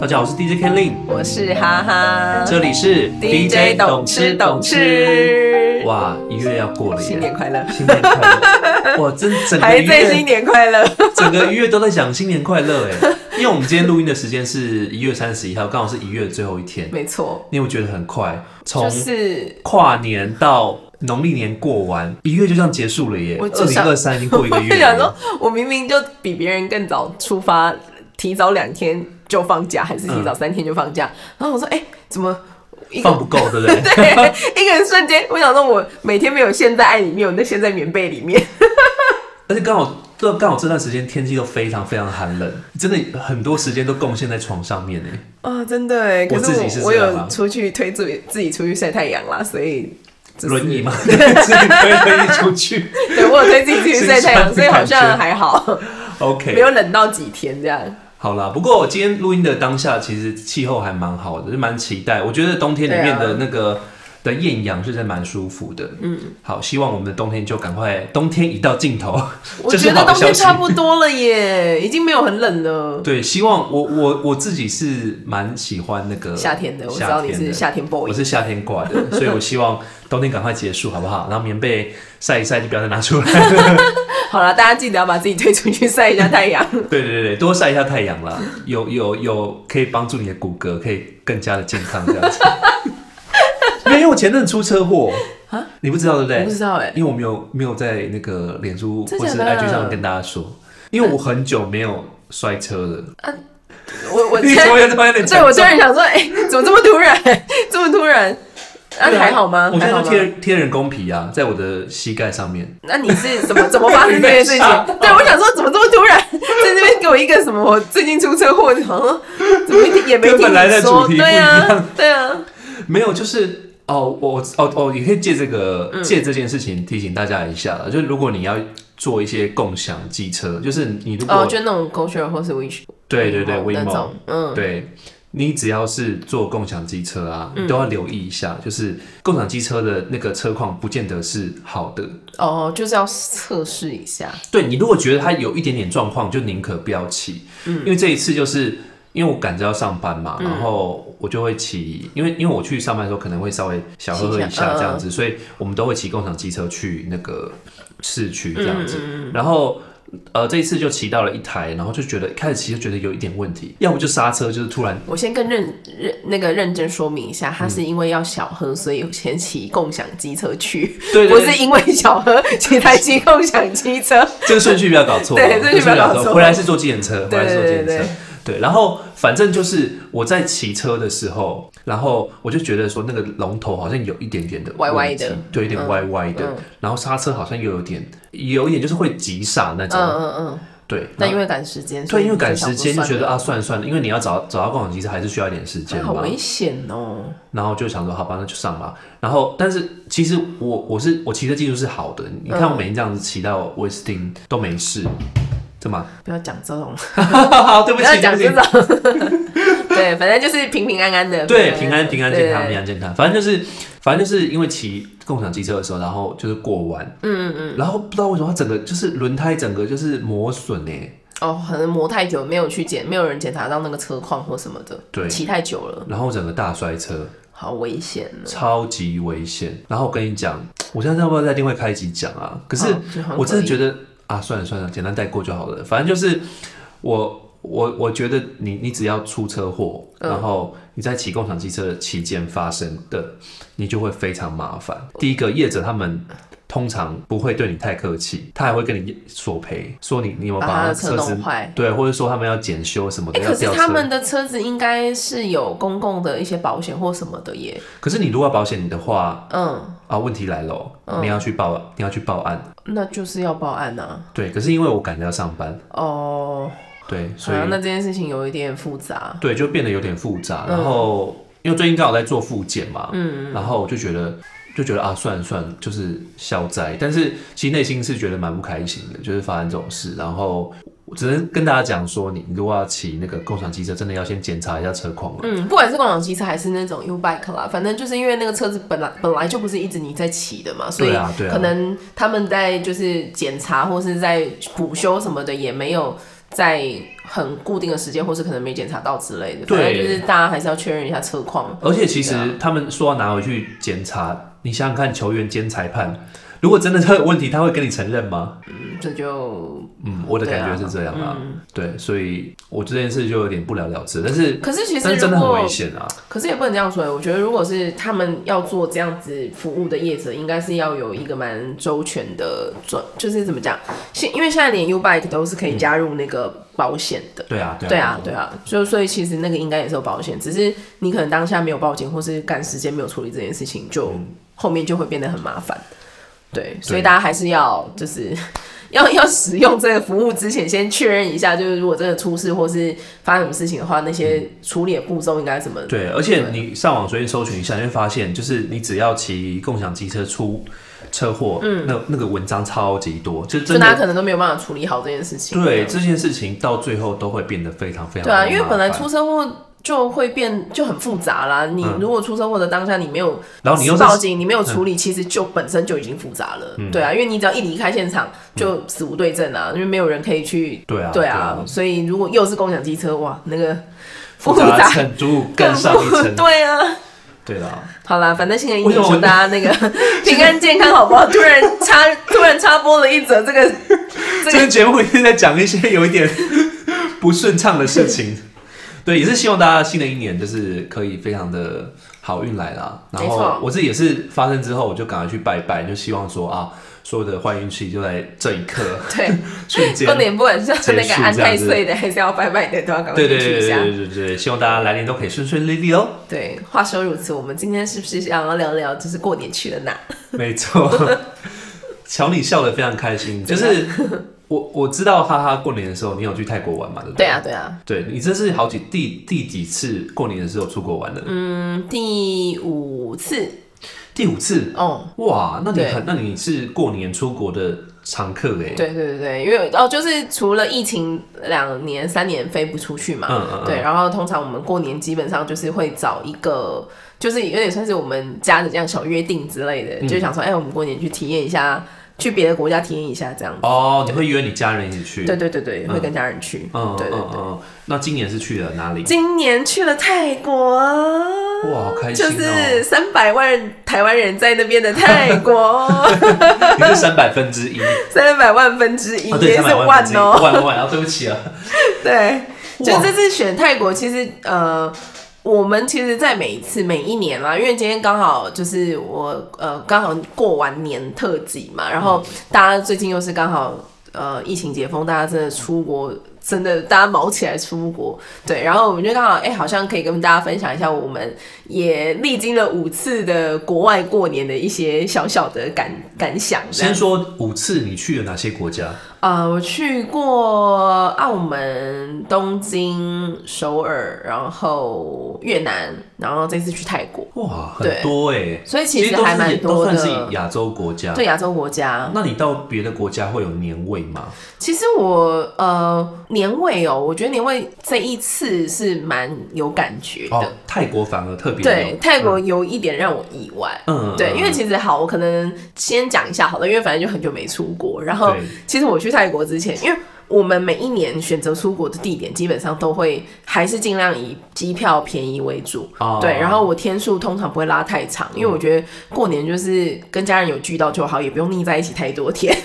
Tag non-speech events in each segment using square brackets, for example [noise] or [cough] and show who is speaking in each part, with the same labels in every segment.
Speaker 1: 大家好，我是 DJ Ken Lin，
Speaker 2: 我是哈哈
Speaker 1: 这里是
Speaker 2: DJ 懂吃懂。吃，
Speaker 1: 哇，一月要过了
Speaker 2: 新
Speaker 1: 耶！
Speaker 2: 年快乐，
Speaker 1: 新年快乐！哇，真整个
Speaker 2: [laughs] 还
Speaker 1: 一
Speaker 2: 在新
Speaker 1: 月，
Speaker 2: 年快
Speaker 1: [laughs]
Speaker 2: 乐，
Speaker 1: 整个一月都在讲新年快乐哎，因为我们今天录音的时间是一月三十一号，刚好是一月最后一天，
Speaker 2: 没错，
Speaker 1: 你有没有觉得很快？从
Speaker 2: 就是
Speaker 1: 跨年到农历年过完，一月就这样结束了耶！
Speaker 2: 我
Speaker 1: 二
Speaker 2: 就
Speaker 1: 零
Speaker 2: 想
Speaker 1: 二三已经过一个
Speaker 2: [laughs] 我
Speaker 1: 月
Speaker 2: 想说
Speaker 1: 了，，
Speaker 2: 我明明就比别人更早出发，提早两天就放假，还是提早三天就放假，然后我说，哎、怎么一
Speaker 1: 嗯放
Speaker 2: 个
Speaker 1: 不够，对不对？
Speaker 2: 对 [laughs] 一个瞬间，我想说，我每天没有陷在爱里面，我那陷在棉被里面， [laughs]
Speaker 1: 而且刚好这刚好这段时间天气都非常非常寒冷，真的很多时间都贡献在床上面哎。
Speaker 2: 啊、真的哎，可
Speaker 1: 我自己
Speaker 2: 是
Speaker 1: 是
Speaker 2: 我
Speaker 1: 这样啊
Speaker 2: 有出去推自己自己出去晒太阳啦，所以就是
Speaker 1: 轮椅嘛， [laughs] 自己推轮椅出去。
Speaker 2: 对我有推自己出去晒太阳，
Speaker 1: 心酸的感
Speaker 2: 所
Speaker 1: 觉
Speaker 2: 以好像还好，没
Speaker 1: OK，
Speaker 2: 有冷到几天这样。
Speaker 1: 好啦。不过今天录音的当下，其实气候还蛮好的，就蛮期待。我觉得冬天里面
Speaker 2: 啊
Speaker 1: 的那个、的艳阳是真的蛮舒服的。嗯，好，希望我们的冬天就赶快，冬天一到尽头，
Speaker 2: 我
Speaker 1: 这是
Speaker 2: 觉得
Speaker 1: 好的
Speaker 2: 冬
Speaker 1: 消
Speaker 2: 天
Speaker 1: 息
Speaker 2: 差。不多了耶，已经没有很冷了。
Speaker 1: 对，希望我我我自己是蛮喜欢那个
Speaker 2: 夏天的，我知道你是
Speaker 1: 的
Speaker 2: 夏天
Speaker 1: 我
Speaker 2: boy，
Speaker 1: 是夏天挂的，所以我希望冬天赶快结束，好不好？然后棉被晒一晒，就不要再拿出来。
Speaker 2: 好了，大家记得要把自己推出去晒一下太
Speaker 1: [laughs]
Speaker 2: 阳。
Speaker 1: 对对对对，多晒一下太阳
Speaker 2: [laughs]
Speaker 1: 啦，有有有可以帮助你的骨骼可以更加的健康这
Speaker 2: [laughs]
Speaker 1: 样子。没有，因为我前阵子出车祸你不知道对不
Speaker 2: 啊我
Speaker 1: 对
Speaker 2: 不？知道哎，
Speaker 1: 因为我没有没有在那个脸书
Speaker 2: 真
Speaker 1: 或
Speaker 2: 假
Speaker 1: 是
Speaker 2: 的
Speaker 1: IG 上跟大家说，因为我很久没有摔车了。
Speaker 2: 我我
Speaker 1: 你 [laughs] 怎么有这么有点
Speaker 2: 对
Speaker 1: 沉
Speaker 2: 呃我突
Speaker 1: 重？
Speaker 2: 然想说，哎，怎么这么
Speaker 1: [laughs]
Speaker 2: 突然？这么突然？那
Speaker 1: 对啊
Speaker 2: 还好吗？
Speaker 1: 我现
Speaker 2: 还
Speaker 1: 在
Speaker 2: 好
Speaker 1: 都
Speaker 2: 吗？
Speaker 1: 贴贴人工皮啊，在我的膝盖上面。
Speaker 2: 那你是怎么怎么发生这件
Speaker 1: [laughs]
Speaker 2: 事
Speaker 1: 你被
Speaker 2: 情
Speaker 1: 吓？
Speaker 2: 对，我想说怎么这么突然， [laughs] 在这边给我一个什么？我最近出车祸，好像怎么一点也没
Speaker 1: 跟
Speaker 2: 听
Speaker 1: 本来的
Speaker 2: 你说
Speaker 1: 主题不一？
Speaker 2: 对
Speaker 1: 样
Speaker 2: 啊，对啊，
Speaker 1: 没有，就是哦，我哦哦，也可以借这个、
Speaker 2: 嗯
Speaker 1: 借这件事情提醒大家一下啦，就是如果你要做一些共享机车，就是你如果、
Speaker 2: 哦，就那种 Gojira 或是 Wish，
Speaker 1: 对对对
Speaker 2: Waymo 那
Speaker 1: Waymo，
Speaker 2: 种，嗯，
Speaker 1: 对你只要是坐共享机车啊，
Speaker 2: 嗯
Speaker 1: 你都要留意一下，就是共享机车的那个车况不见得是好的。
Speaker 2: 哦，就是要测试一下，
Speaker 1: 对你如果觉得它有一点点状况，就宁可不要骑，
Speaker 2: 嗯
Speaker 1: 因为这一次就是。因为我赶着要上班嘛，然后我就会骑，因为因为我去上班的时候可能会稍微小喝喝一
Speaker 2: 骑一下
Speaker 1: 下这
Speaker 2: 嗯
Speaker 1: 样子，所以我们都会骑共享机车去那个市区这样子。
Speaker 2: 嗯
Speaker 1: 然后呃，这一次就骑到了一台，然后就觉得开始骑就觉得有一点问题，要不就刹车，就是突然
Speaker 2: 我先跟认认那个认真说明一下，
Speaker 1: 嗯
Speaker 2: 他是因为要小喝，所以先骑共享机车去，
Speaker 1: 对
Speaker 2: [laughs]
Speaker 1: 对
Speaker 2: 不
Speaker 1: 对
Speaker 2: 是因为小喝，骑才骑共享
Speaker 1: [laughs]
Speaker 2: 机车。
Speaker 1: 这个顺序不要搞错，
Speaker 2: 对顺序不要搞错
Speaker 1: 这个顺回来是坐计程车，回来是坐计程
Speaker 2: 对对对
Speaker 1: 车。对，然后反正就是我在骑车的时候，然后我就觉得说那个龙头好像有一点点的
Speaker 2: 歪歪
Speaker 1: 问题
Speaker 2: 的嗯
Speaker 1: 对，有点歪歪的，然后刹车好像又有点，有一点就是会急刹那种，
Speaker 2: 嗯嗯嗯，
Speaker 1: 对。然
Speaker 2: 但
Speaker 1: 后
Speaker 2: 因为赶时间，所
Speaker 1: 对，
Speaker 2: 以
Speaker 1: 因为赶
Speaker 2: 就想
Speaker 1: 时间就
Speaker 2: 说
Speaker 1: 觉
Speaker 2: 算
Speaker 1: 得
Speaker 2: 了
Speaker 1: 啊，算了算了，因为你要找找到共享机车还是需要一点时间
Speaker 2: 啊
Speaker 1: 嘛。
Speaker 2: 好危险哦。
Speaker 1: 然后就想说，好吧，那就上吧。然后，但是其实我我是我骑车技术是好的，你看我
Speaker 2: 嗯
Speaker 1: 每天这样子骑到威斯汀都没事，怎么？
Speaker 2: 不要讲这种，
Speaker 1: 好，对
Speaker 2: 不
Speaker 1: 不
Speaker 2: 要
Speaker 1: 起，对
Speaker 2: 讲
Speaker 1: 不
Speaker 2: 这
Speaker 1: 起。
Speaker 2: 种。 [laughs] 对，反正就是平平安安的。
Speaker 1: 对，平安平安
Speaker 2: 对
Speaker 1: 健康，平安健康。反正就是，反正就是因为骑共享机车的时候，然后就是过弯，嗯嗯嗯，然后不知道为什么它整个就是轮胎整个就是磨损哎，
Speaker 2: 哦，可能磨太久，没有去检，没有人检查到那个车况或什么的。
Speaker 1: 对
Speaker 2: 骑太久了，
Speaker 1: 然后整个大摔车，
Speaker 2: 好危险哦。
Speaker 1: 超级危险。然后我跟你讲，我现在要不要再另外开一集讲啊？可是
Speaker 2: 哦这好像
Speaker 1: 我真的觉
Speaker 2: 可以
Speaker 1: 得啊，算了算了，简单带过就好了。反正就是我我我觉得你你只要出车祸，
Speaker 2: 嗯
Speaker 1: 然后你在骑共享机车的期间发生的，你就会非常麻烦。第一个业者他们。通常不会对你太客气，他还会跟你索赔，说你你有没有
Speaker 2: 把
Speaker 1: 把
Speaker 2: 他
Speaker 1: 他的
Speaker 2: 的车
Speaker 1: 车子
Speaker 2: 弄坏
Speaker 1: 对，或者说他们要检修什么的，
Speaker 2: 哎、
Speaker 1: 要
Speaker 2: 可是
Speaker 1: 吊车。
Speaker 2: 他们的车子应该是有公共的一些保险或什么的耶。
Speaker 1: 可是你如果要保险你的话，
Speaker 2: 嗯，
Speaker 1: 啊，问题来了哦，你要去报，你要去报案。
Speaker 2: 那就是要报案呐、
Speaker 1: 对，可是因为我赶着要上班，
Speaker 2: 啊。哦，
Speaker 1: 对，所
Speaker 2: 好
Speaker 1: 以、
Speaker 2: 像那这件事情有一点复杂。
Speaker 1: 对就变得有点复杂。
Speaker 2: 嗯
Speaker 1: 然后、因为最近刚好在做复健嘛，嗯，然后我就觉得就觉得啊，算了算了，就是消灾。但是其实内心是觉得蛮不开心的，就是发生这种事。然后我只能跟大家讲说，你如果要骑那个共享机车，真的要先检查一下车况了。
Speaker 2: 嗯，不管是共享机车还是那种 U bike 啦，反正就是因为那个车子本来本来就不是一直你在骑的嘛，所以
Speaker 1: 对啊对啊
Speaker 2: 可能他们在就是检查或是在补修什么的也没有在很固定的时间，或是可能没检查到之类的。
Speaker 1: 对
Speaker 2: 反正就是大家还是要确认一下车况。
Speaker 1: 而且其
Speaker 2: 对啊
Speaker 1: 实他们说要拿回去检查，你想想看，球员兼裁判，如果真的他有问题，他会跟你承认吗？
Speaker 2: 嗯这就
Speaker 1: 嗯，我的
Speaker 2: 对啊
Speaker 1: 感觉是这样啊。
Speaker 2: 嗯
Speaker 1: 对，所以我这件事就有点不了了之，但是
Speaker 2: 可是其
Speaker 1: 但是
Speaker 2: 实
Speaker 1: 真
Speaker 2: 如
Speaker 1: 的很
Speaker 2: 果
Speaker 1: 危，险啊。
Speaker 2: 可是也不能这样说。我觉得如果是他们要做这样子服务的业者，应该是要有一个蛮周全的准，就是怎么讲？现因为现在连 U Bike 都是可以加入那个保险的。
Speaker 1: 对啊，
Speaker 2: 对啊，对啊，就所以其实那个应该也是有保险，只是你可能当下没有报警，或是赶时间没有处理这件事情，就
Speaker 1: 嗯
Speaker 2: 后面就会变得很麻烦。对，所以大家还是要就是 [laughs] 要要使用这个服务之前，先确认一下，就是如果真的出事或是发生什么事情的话，那些处理的步骤应该怎么？
Speaker 1: 嗯对，而且你上网随便搜寻一下，你会发现，就是你只要骑共享机车出车祸，嗯，那那个文章超级多，就
Speaker 2: 就
Speaker 1: 真
Speaker 2: 大家
Speaker 1: 的
Speaker 2: 可能都没有办法处理好这件事情。
Speaker 1: 对这件事情到最后都会变得非常非常
Speaker 2: 对啊，
Speaker 1: 的
Speaker 2: 因为
Speaker 1: 麻
Speaker 2: 本来
Speaker 1: 烦
Speaker 2: 出车祸。就会变就很复杂啦。你
Speaker 1: 嗯
Speaker 2: 如果出车祸的当下，你没有
Speaker 1: 然后你又嗯是
Speaker 2: 报警，你没有处理，其实就本身就已经复杂了。对啊，因为你只要一离开现场，就死无对证啊，因为没有人可以
Speaker 1: 嗯
Speaker 2: 去。
Speaker 1: 对啊
Speaker 2: 对
Speaker 1: 对
Speaker 2: 啊
Speaker 1: 啊，
Speaker 2: 所以如果又是共享机车，哇，那个复
Speaker 1: 复杂
Speaker 2: 杂
Speaker 1: 程度更上一
Speaker 2: 复
Speaker 1: 层，
Speaker 2: 对啊，
Speaker 1: 对啦，
Speaker 2: 好啦，反正新的一
Speaker 1: 为什
Speaker 2: 年，
Speaker 1: 么
Speaker 2: 祝大家那
Speaker 1: [laughs]
Speaker 2: 个平安健康，好不好？突然插，突然插播了一则这个这
Speaker 1: 这
Speaker 2: 个
Speaker 1: 个节目一直在讲一些有一
Speaker 2: [laughs]
Speaker 1: 点不顺畅的事情，对，也是希望大家新的一年就是可以非常的好运来啦。然
Speaker 2: 没
Speaker 1: 后
Speaker 2: 错
Speaker 1: 我自己也是发生之后，我就赶快去拜拜，就希望说啊，所有的坏运气就在这一
Speaker 2: [laughs]
Speaker 1: 刻
Speaker 2: 对，
Speaker 1: 瞬间
Speaker 2: 重。点不管是那
Speaker 1: 结
Speaker 2: 个
Speaker 1: 束
Speaker 2: 安太
Speaker 1: 这样子
Speaker 2: 岁的，还是要拜拜的，都要赶快
Speaker 1: 对对
Speaker 2: 去
Speaker 1: 对
Speaker 2: 一
Speaker 1: 对
Speaker 2: 下。
Speaker 1: 对对对，希望大家来年都可以顺顺利利哦。
Speaker 2: 对，话说如此，我们今天是不是想要聊聊，就是过年去了哪？
Speaker 1: 没
Speaker 2: [laughs]
Speaker 1: 错，瞧你笑得非常开心，就是
Speaker 2: 啊
Speaker 1: 我我知道哈哈过年的时候你有去泰国玩嘛，对不
Speaker 2: 对啊，对啊，
Speaker 1: 对你这是好几第第几次过年的时候出国玩的？
Speaker 2: 嗯，第五次
Speaker 1: 第五次。
Speaker 2: 哦，
Speaker 1: 哇，那你
Speaker 2: 对
Speaker 1: 很，那你是过年出国的常客哎。
Speaker 2: 对对对对，因为哦，就是除了疫情两年三年飞不出去嘛，
Speaker 1: 嗯嗯嗯
Speaker 2: 对，然后通常我们过年基本上就是会找一个，就是有点算是我们家的这样小约定之类的，
Speaker 1: 嗯
Speaker 2: 就想说，哎、我们过年去体验一下，去别的国家体验一下这样子。
Speaker 1: 哦，你会约你家人一起去？
Speaker 2: 对对对对，会跟家人去。
Speaker 1: 嗯，嗯
Speaker 2: 对对
Speaker 1: 嗯
Speaker 2: 对。
Speaker 1: 嗯。那今年是去了哪里？
Speaker 2: 今年去了泰国，
Speaker 1: 哇好开心哦
Speaker 2: 就是三百万台湾人在那边的泰国，
Speaker 1: 你是三百分
Speaker 2: [laughs]
Speaker 1: 之一，
Speaker 2: 三百万分之一，
Speaker 1: 哦
Speaker 2: 也
Speaker 1: 对，
Speaker 2: 是
Speaker 1: 三百万分之一，
Speaker 2: 哦，
Speaker 1: 万万，啊，对不
Speaker 2: [laughs]
Speaker 1: 起啊。
Speaker 2: 对，就
Speaker 1: 哇
Speaker 2: 这次选泰国，其实呃，我们其实，在每一次每一年啦，因为今天刚好就是我呃刚好过完年特辑嘛，然后大家最近又是刚好呃疫情解封，大家真的出国。真的，大家忙起来出国，对，然后我们就刚好，哎、好像可以跟大家分享一下，我们也历经了五次的国外过年的一些小小的感感想。这
Speaker 1: 先
Speaker 2: 样
Speaker 1: 说五次你去了哪些国家？
Speaker 2: 呃，我去过澳门、东京、首尔，然后越南，然后这次去泰国，
Speaker 1: 哇，很
Speaker 2: 对
Speaker 1: 多哎。
Speaker 2: 所以其
Speaker 1: 其
Speaker 2: 实
Speaker 1: 都
Speaker 2: 还
Speaker 1: 是
Speaker 2: 蛮
Speaker 1: 都
Speaker 2: 多
Speaker 1: 算是
Speaker 2: 的。
Speaker 1: 亚洲国家。
Speaker 2: 对亚洲国家，
Speaker 1: 那你到别的国家会有年味吗？
Speaker 2: 其实我呃年味哦，我觉得年味这一次是蛮有感觉的。
Speaker 1: 哦，泰国反而特别
Speaker 2: 对
Speaker 1: 有，
Speaker 2: 泰国有一点让我意外。
Speaker 1: 嗯，
Speaker 2: 对，因为
Speaker 1: 实
Speaker 2: 其实好，我可能先讲一下好了，因为反正就很久没出国。然后
Speaker 1: 嗯对
Speaker 2: 其实我去泰国之前，因为我们每一年选择出国的地点，基本上都会还是尽量以机票便宜为主。
Speaker 1: 哦嗯
Speaker 2: 对，然后我天数通常不会拉太长，因为我觉得过年就是跟家人有聚到就好，也不用腻在一起太多天。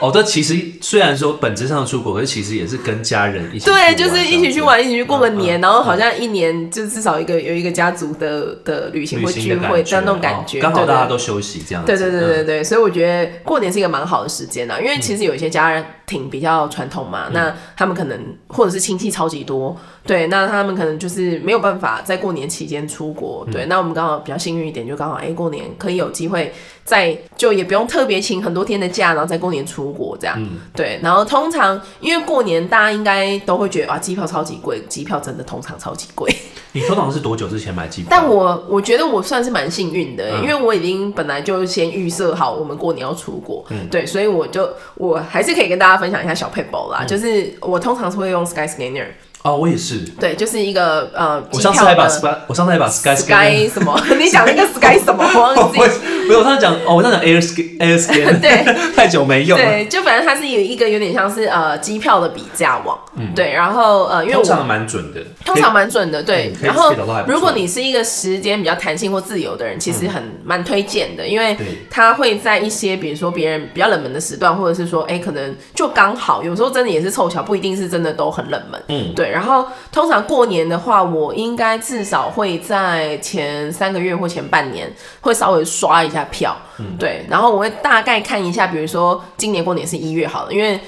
Speaker 1: 哦，这其实虽然说本质上出国，可是其实也是跟家人一起去玩
Speaker 2: [laughs] 对，就是一起去玩，一起去过个
Speaker 1: 嗯
Speaker 2: 年，然后好像一年就至少一个有一个家族的的旅
Speaker 1: 这
Speaker 2: 行
Speaker 1: 样
Speaker 2: 或
Speaker 1: 子，旅
Speaker 2: 聚
Speaker 1: 行的
Speaker 2: 会这样那种
Speaker 1: 哦
Speaker 2: 感觉，
Speaker 1: 刚好
Speaker 2: 对对
Speaker 1: 大家
Speaker 2: 对
Speaker 1: 都休息这样子。
Speaker 2: 对对对对
Speaker 1: 嗯，
Speaker 2: 对，所以我觉得过年是一个蛮好的时间啦，啊因为其实有一些家庭比较传统嘛，
Speaker 1: 嗯
Speaker 2: 那他们可能或者是亲戚超级多，对，那他们可能就是没有办法在过年期间出国，
Speaker 1: 嗯
Speaker 2: 对，那我们刚好比较幸运一点，就刚好哎、过年可以有机会在就也不用特别请很多天的假，然后在过年出国这样，
Speaker 1: 嗯
Speaker 2: 对，然后通常因为过年大家应该都会觉得啊机票超级贵，机票真的通常超级贵，
Speaker 1: 你通常是多久之前买机票？
Speaker 2: 但我我觉得我算是蛮幸运的、
Speaker 1: 嗯
Speaker 2: 因为我已经本来就先预设好我们过年要出国，
Speaker 1: 嗯
Speaker 2: 对，所以
Speaker 1: 嗯
Speaker 2: 我就我还是可以跟大家分享一下小配包啦、就是我通常是会用 Skyscanner。
Speaker 1: 哦，我也是，
Speaker 2: 对，就是一个呃，
Speaker 1: 我
Speaker 2: 机
Speaker 1: 上次
Speaker 2: 票
Speaker 1: 还把
Speaker 2: 的
Speaker 1: Sky，我上次还把 Sky
Speaker 2: [laughs] Sky 什么？你
Speaker 1: [laughs]
Speaker 2: 讲那个 Sky 什么？我
Speaker 1: 我
Speaker 2: 忘记
Speaker 1: 不。是我上次讲哦，我上次讲 Air Scan Air Scan，
Speaker 2: [laughs] 对，
Speaker 1: [laughs] 太久没用了。
Speaker 2: 对，就反正它是有一个有点像是呃机票的比价网，对，然后呃，因为我
Speaker 1: 嗯通常蛮准的，
Speaker 2: 通常蛮准的，对
Speaker 1: 嗯。可以
Speaker 2: 然后
Speaker 1: skip 的话还不错嗯
Speaker 2: 如果你是一个时间比较弹性或自由的人，其实很蛮推荐的，因为
Speaker 1: 对
Speaker 2: 它会在一些比如说别人比较冷门的时段，或者是说哎、可能就刚好，有时候真的也是凑巧，不一定是真的都很冷门。
Speaker 1: 嗯，
Speaker 2: 对，然后通常过年的话，我应该至少会在前三个月或前半年会稍微刷一下票，
Speaker 1: 嗯
Speaker 2: 对，然后我会大概看一下，比如说今年过年是一月好了，因为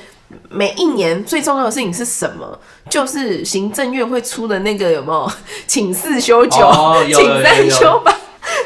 Speaker 2: 每一年最重要的事情是什么？就是行政院会出的那个有没有请四休九、
Speaker 1: 哦有有有
Speaker 2: 请三
Speaker 1: 有
Speaker 2: 休八，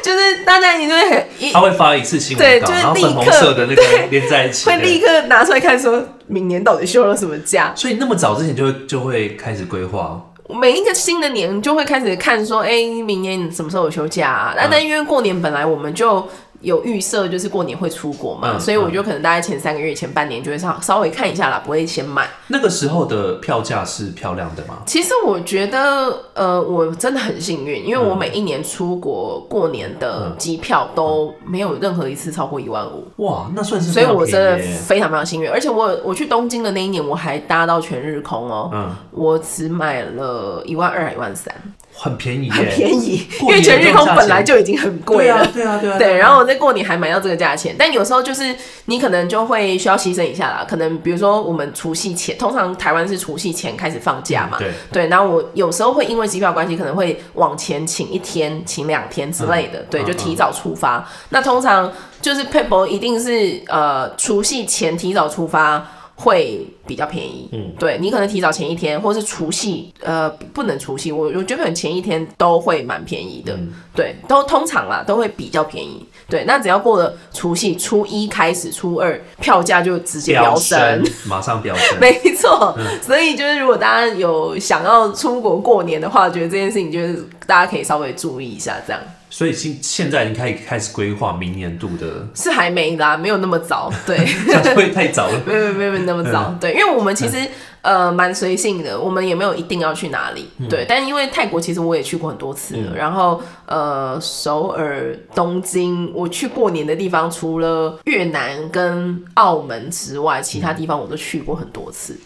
Speaker 2: 就是大家一定会很一
Speaker 1: 他会发一次新闻
Speaker 2: 对
Speaker 1: 稿，
Speaker 2: 就是
Speaker 1: 然后粉
Speaker 2: 立
Speaker 1: 红
Speaker 2: 刻
Speaker 1: 色的那个连在一起，
Speaker 2: [laughs] 会立
Speaker 1: 刻。
Speaker 2: 刻拿出来看，说明年到底休了什么假。
Speaker 1: 所以那么早之前就会就会开始规划哦
Speaker 2: 每一个新的年就会开始看说，哎、明年你什么时候有休假啊？那、
Speaker 1: 嗯
Speaker 2: 但因为过年本来我们就有预设，就是过年会出国嘛，
Speaker 1: 嗯
Speaker 2: 所以我就可能大概前三个月、前半年就会稍稍微看一下啦，不会先买。
Speaker 1: 那个时候的票价是漂亮的吗？
Speaker 2: 其实我觉得，呃，我真的很幸运，因为我每一年出国过年的机票都没有任何一次超过一万五。
Speaker 1: 哇，那算是
Speaker 2: 所以我
Speaker 1: 非
Speaker 2: 真
Speaker 1: 常
Speaker 2: 的
Speaker 1: 便宜耶
Speaker 2: 非常非常幸运，而且我我去东京的那一年，我还搭到全日空哦，
Speaker 1: 嗯
Speaker 2: 我只买了一万二、一万三，
Speaker 1: 很便宜耶，
Speaker 2: 很便宜，因
Speaker 1: 过年
Speaker 2: 为全日空本来
Speaker 1: 这种价钱
Speaker 2: 就已经很贵
Speaker 1: 对
Speaker 2: 了。
Speaker 1: 啊，对啊，对啊。
Speaker 2: 对，然后我在过年还买到这个价钱，但有时候就是你可能就会需要牺牲一下啦。可能比如说我们除夕前，通常台湾是除夕前开始放假嘛，
Speaker 1: 对，
Speaker 2: 对，然后我有时候会因为机票关系，可能会往前请一天、请两天之类的，对，
Speaker 1: 嗯
Speaker 2: 就提早出发。那通常就是 p a p e 一定是呃除夕前提早出发会比较便宜，
Speaker 1: 嗯，
Speaker 2: 对你可能提早前一天，或是除夕，呃，不能除夕，我我觉得可能前一天都会蛮便宜的，
Speaker 1: 嗯
Speaker 2: 对，都通常啦都会比较便宜。对，那只要过了除夕，初一开始，初二票价就直接飙升
Speaker 1: 升，，马上飙升。
Speaker 2: [laughs] 没错，
Speaker 1: 嗯
Speaker 2: 所以就是如果大家有想要出国过年的话，我觉得这件事情就是大家可以稍微注意一下，这样
Speaker 1: 所以现现在已经开始开始规划明年度的， [laughs]
Speaker 2: 是还没啦，没有那么早，对。
Speaker 1: 这样会不会太早了。
Speaker 2: 没有没有没有那么早，
Speaker 1: 嗯
Speaker 2: 对，因为我们其实呃蛮随性的，我们也没有一定要去哪里，
Speaker 1: 嗯
Speaker 2: 对。但因为泰国其实我也去过很多次了，然后呃首尔、东京，我去过年的地方除了越南跟澳门之外，其
Speaker 1: 嗯
Speaker 2: 他地方我都去过很多次。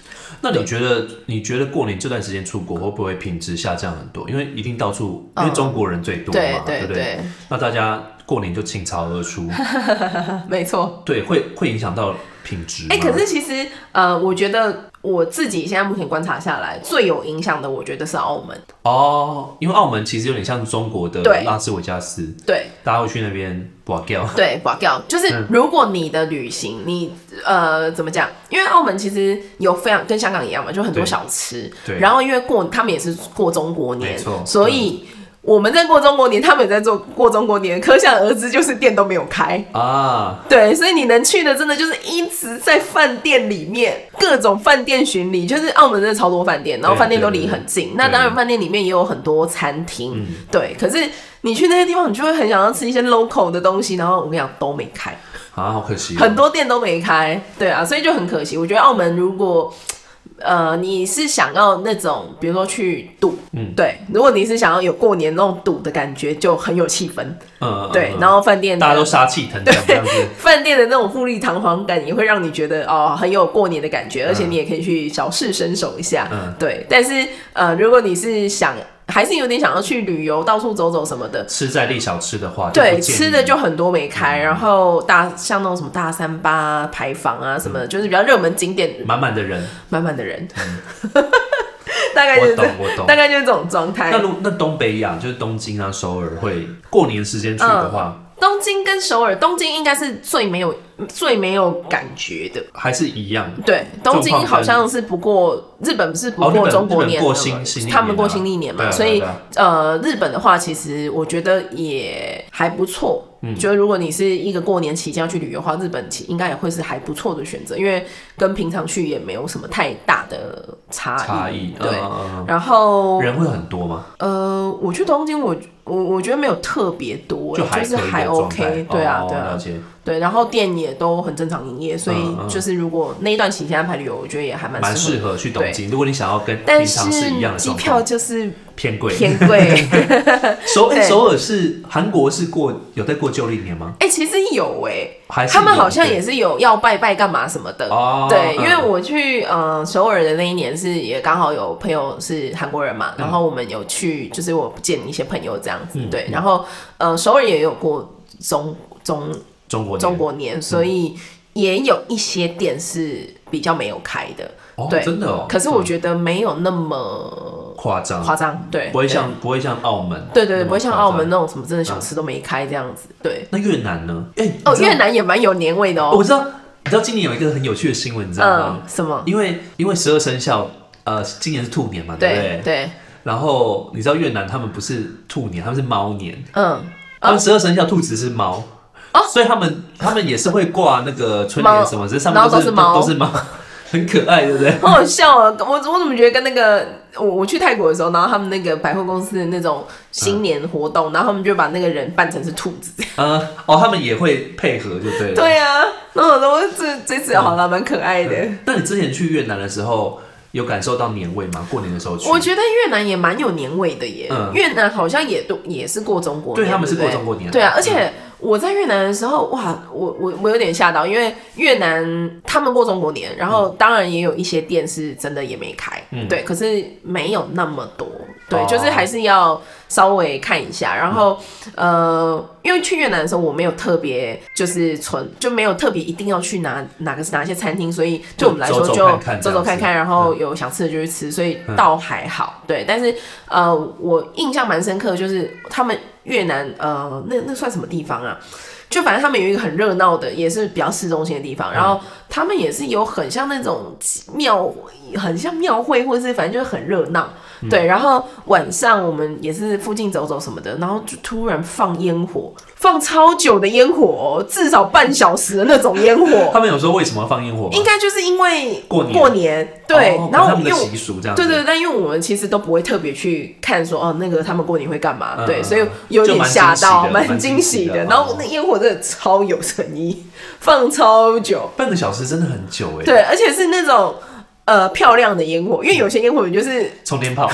Speaker 1: 那你觉得你觉得过年这段时间出国会不会品质下降很多？因为一定到处，因为
Speaker 2: 嗯
Speaker 1: 中国人最多
Speaker 2: 对
Speaker 1: 嘛，
Speaker 2: 对
Speaker 1: 不对？那大家过年就倾巢而
Speaker 2: [laughs]
Speaker 1: 出，
Speaker 2: 对没错。
Speaker 1: 对，会会影响到品质吗。
Speaker 2: 哎、可是其实呃，我觉得我自己现在目前观察下来，最有影响的，我觉得是澳门。
Speaker 1: 哦，因为澳门其实有点像中国的
Speaker 2: 对
Speaker 1: 拉斯维加斯，
Speaker 2: 对
Speaker 1: 大家会去那边玩 g
Speaker 2: 对，不掉，
Speaker 1: 嗯
Speaker 2: 就是如果你的旅行，你呃怎么讲？因为澳门其实有非常跟香港一样嘛，就很多
Speaker 1: 对
Speaker 2: 小吃。
Speaker 1: 对
Speaker 2: 然后因为过他们也是过中国年
Speaker 1: 没错，
Speaker 2: 所以。我们在过中国年，他们也在做过中国年，可想而知，就是店都没有开。
Speaker 1: 啊，
Speaker 2: 对，所以你能去的真的就是一直在饭店里面，各种饭店巡礼，就是澳门真的超多饭店，然后
Speaker 1: 对
Speaker 2: 饭店
Speaker 1: 对
Speaker 2: 都离
Speaker 1: 对
Speaker 2: 很近。
Speaker 1: 嗯对
Speaker 2: 那当然，饭店里面也有很多餐厅，
Speaker 1: 嗯
Speaker 2: 对。可是你去那些地方，你就会很想要吃一些 local 的东西，然后我跟你讲都没开，
Speaker 1: 啊，好可惜哦，
Speaker 2: 很多店都没开，对啊，所以就很可惜。我觉得澳门如果呃，你是想要那种，比如说去赌，
Speaker 1: 嗯
Speaker 2: 对，如果你是想要有过年那种赌的感觉，就很有气氛，
Speaker 1: 嗯，嗯，
Speaker 2: 对
Speaker 1: 嗯。
Speaker 2: 然后饭店
Speaker 1: 大家
Speaker 2: 的
Speaker 1: 都杀气腾腾这样子，
Speaker 2: 饭店的那种富丽堂皇感也会让你觉得哦很有过年的感觉，而且你也可以去小试身手一下。
Speaker 1: 嗯
Speaker 2: 对。但是呃，如果你是想还是有点想要去旅游，到处走走什么的，
Speaker 1: 吃在地小吃的话，就不
Speaker 2: 对，
Speaker 1: 建议嗯
Speaker 2: 吃的就很多没开，然后大像那种什么大三巴、牌坊啊什
Speaker 1: 嗯
Speaker 2: 么的，就是比较热门景点，
Speaker 1: 满满的人，
Speaker 2: 满满的人， [laughs] 大概就
Speaker 1: 嗯我
Speaker 2: 是这
Speaker 1: 懂我懂
Speaker 2: 大。概就是这种状态
Speaker 1: 那。如那东北亚就是东京啊、首尔会过年时间去的话，
Speaker 2: 东京跟首尔，东京应该是最没有最没有感觉的。
Speaker 1: 还是一样。
Speaker 2: 对，东京
Speaker 1: 状况
Speaker 2: 好像是不过日本是不
Speaker 1: 哦日
Speaker 2: 过
Speaker 1: 本
Speaker 2: 中国
Speaker 1: 日本
Speaker 2: 年的嘛，
Speaker 1: 过新新历
Speaker 2: 他们
Speaker 1: 年
Speaker 2: 过
Speaker 1: 啊
Speaker 2: 新历年嘛，
Speaker 1: 对啊
Speaker 2: 所
Speaker 1: 对
Speaker 2: 以
Speaker 1: 啊
Speaker 2: 呃，日本的话其实我觉得也还不错。嗯，就是如果你是一个过年期间要去旅游的话，日本其应该也会是还不错的选择，因为跟平常去也没有什么太大的差异。
Speaker 1: 差异，
Speaker 2: 对。
Speaker 1: 嗯嗯嗯
Speaker 2: 然后
Speaker 1: 人会很多吗？
Speaker 2: 呃，我去东京我，我我觉得没有特别多、
Speaker 1: 就
Speaker 2: 就
Speaker 1: 还可
Speaker 2: 是
Speaker 1: 以的
Speaker 2: 还
Speaker 1: 状态
Speaker 2: OK，对啊，
Speaker 1: 哦
Speaker 2: 对啊
Speaker 1: 了，解。
Speaker 2: 对，然后店也都很正常营业，所以
Speaker 1: 嗯嗯
Speaker 2: 就是如果那一段期间安排旅游，我觉得也还蛮
Speaker 1: 蛮
Speaker 2: 适合
Speaker 1: 适合去东京。如果你想要跟平
Speaker 2: 但
Speaker 1: 常是一样
Speaker 2: 是
Speaker 1: 的
Speaker 2: 机
Speaker 1: 状
Speaker 2: 票
Speaker 1: 况，
Speaker 2: 就是
Speaker 1: 偏贵。
Speaker 2: 偏贵。
Speaker 1: [laughs] 首哎
Speaker 2: 对
Speaker 1: 首尔是韩国是过有在过旧历年吗？
Speaker 2: 哎、其实有哎、
Speaker 1: 还是
Speaker 2: 他们
Speaker 1: 有
Speaker 2: 好像
Speaker 1: 对
Speaker 2: 也是有要拜拜干嘛什么的。
Speaker 1: 哦嗯
Speaker 2: 对，因为我去呃首尔的那一年是也刚好有朋友是韩国人嘛，然
Speaker 1: 嗯
Speaker 2: 后我们有去，就是我见一些朋友这样子。对，然后呃首尔也有过中中
Speaker 1: 中国年嗯
Speaker 2: 中国年，所以也有一些店是比较没有开的。
Speaker 1: 哦
Speaker 2: 对
Speaker 1: 真的哦，
Speaker 2: 可是我觉得没有那么
Speaker 1: 夸张，
Speaker 2: 夸张，对，
Speaker 1: 不会
Speaker 2: 对
Speaker 1: 像不会像澳门，
Speaker 2: 对对对，不会像澳门
Speaker 1: 那么
Speaker 2: 那种什么真的小吃都没开这样子。对，
Speaker 1: 夸张。那越南呢？哎、
Speaker 2: 哦
Speaker 1: 你，知道
Speaker 2: 越南也蛮有年味的
Speaker 1: 哦
Speaker 2: 哦。
Speaker 1: 我知道，你知道今年有一个很有趣的新闻，你知道吗？
Speaker 2: 嗯，什么？
Speaker 1: 因为因为十二生肖，呃，今年是兔年嘛，对不对？
Speaker 2: 对对，
Speaker 1: 然后你知道越南他们不是兔年，他们是猫年，
Speaker 2: 嗯，
Speaker 1: 他们十二生肖兔子是猫。
Speaker 2: 哦
Speaker 1: 所以他们他们也是会挂那个春
Speaker 2: 猫
Speaker 1: 联什么，只是上面
Speaker 2: 然后
Speaker 1: 都
Speaker 2: 都
Speaker 1: 是
Speaker 2: 是猫
Speaker 1: 都是猫，很可爱，对不对？
Speaker 2: 好好笑哦！我我怎么觉得跟那个我我去泰国的时候，然后他们那个百货公司的那种新年活
Speaker 1: 嗯
Speaker 2: 动，然后他们就把那个人扮成是兔子。
Speaker 1: 呃，哦，他们也会配合，对不对了？嗯
Speaker 2: 对啊，然后我说这这次好了，蛮可爱的。
Speaker 1: 那你之前去越南的时候，有感受到年味吗？过年的时候去，
Speaker 2: 我觉得越南也蛮有年味的耶，
Speaker 1: 嗯
Speaker 2: 越南好像也都也是过中国年，
Speaker 1: 对他们是
Speaker 2: 不对
Speaker 1: 过中国年
Speaker 2: 对啊
Speaker 1: 嗯，
Speaker 2: 而且我在越南的时候，哇，我我我有点吓到，因为越南他们过中国年，然后当然也有一些店是真的也没开，
Speaker 1: 嗯
Speaker 2: 对，可是没有那么多，对，
Speaker 1: 哦
Speaker 2: 就是还是要稍微看一下，然后、呃，因为去越南的时候我没有特别就是存，就没有特别一定要去哪哪个是哪些餐厅，所以对我们来说
Speaker 1: 就走
Speaker 2: 就
Speaker 1: 走看看这
Speaker 2: 走
Speaker 1: 样
Speaker 2: 走
Speaker 1: 子嗯
Speaker 2: 看看，然后有想吃的就去吃，所以倒还好。对，但是呃，我印象蛮深刻，就是他们越南呃，那那算什么地方啊？就反正他们有一个很热闹的，也是比较市中心的地
Speaker 1: 嗯
Speaker 2: 方，然后他们也是有很像那种庙，很像庙会，或者是反正就是很热闹。
Speaker 1: 嗯
Speaker 2: 对，然后晚上我们也是附近走走什么的，然后就突然放烟火，放超久的烟火哦、至少半小时的那种烟
Speaker 1: [laughs]
Speaker 2: 火。
Speaker 1: 他们有说为什么放烟火吗？
Speaker 2: 应该就是因为
Speaker 1: 过年
Speaker 2: 过年对，
Speaker 1: 哦
Speaker 2: 然
Speaker 1: 可是他
Speaker 2: 后
Speaker 1: 们
Speaker 2: 因
Speaker 1: 的
Speaker 2: 为
Speaker 1: 习俗这样子，
Speaker 2: 对对，对但因为我们其实都不会特别去看说哦，那个他们过年会干嘛，
Speaker 1: 嗯
Speaker 2: 对，
Speaker 1: 嗯
Speaker 2: 所以
Speaker 1: 嗯
Speaker 2: 有
Speaker 1: 就
Speaker 2: 点
Speaker 1: 蛮惊
Speaker 2: 吓
Speaker 1: 喜
Speaker 2: 到，
Speaker 1: 的蛮
Speaker 2: 蛮
Speaker 1: 惊
Speaker 2: 惊
Speaker 1: 喜
Speaker 2: 喜
Speaker 1: 的
Speaker 2: 的。
Speaker 1: 哦
Speaker 2: 然后那烟火真的超有诚意，放超久，
Speaker 1: 半个小时真的很久哎，
Speaker 2: 对，而且是那种呃漂亮的烟火，因为有些烟火你就是 [laughs]
Speaker 1: 充电炮，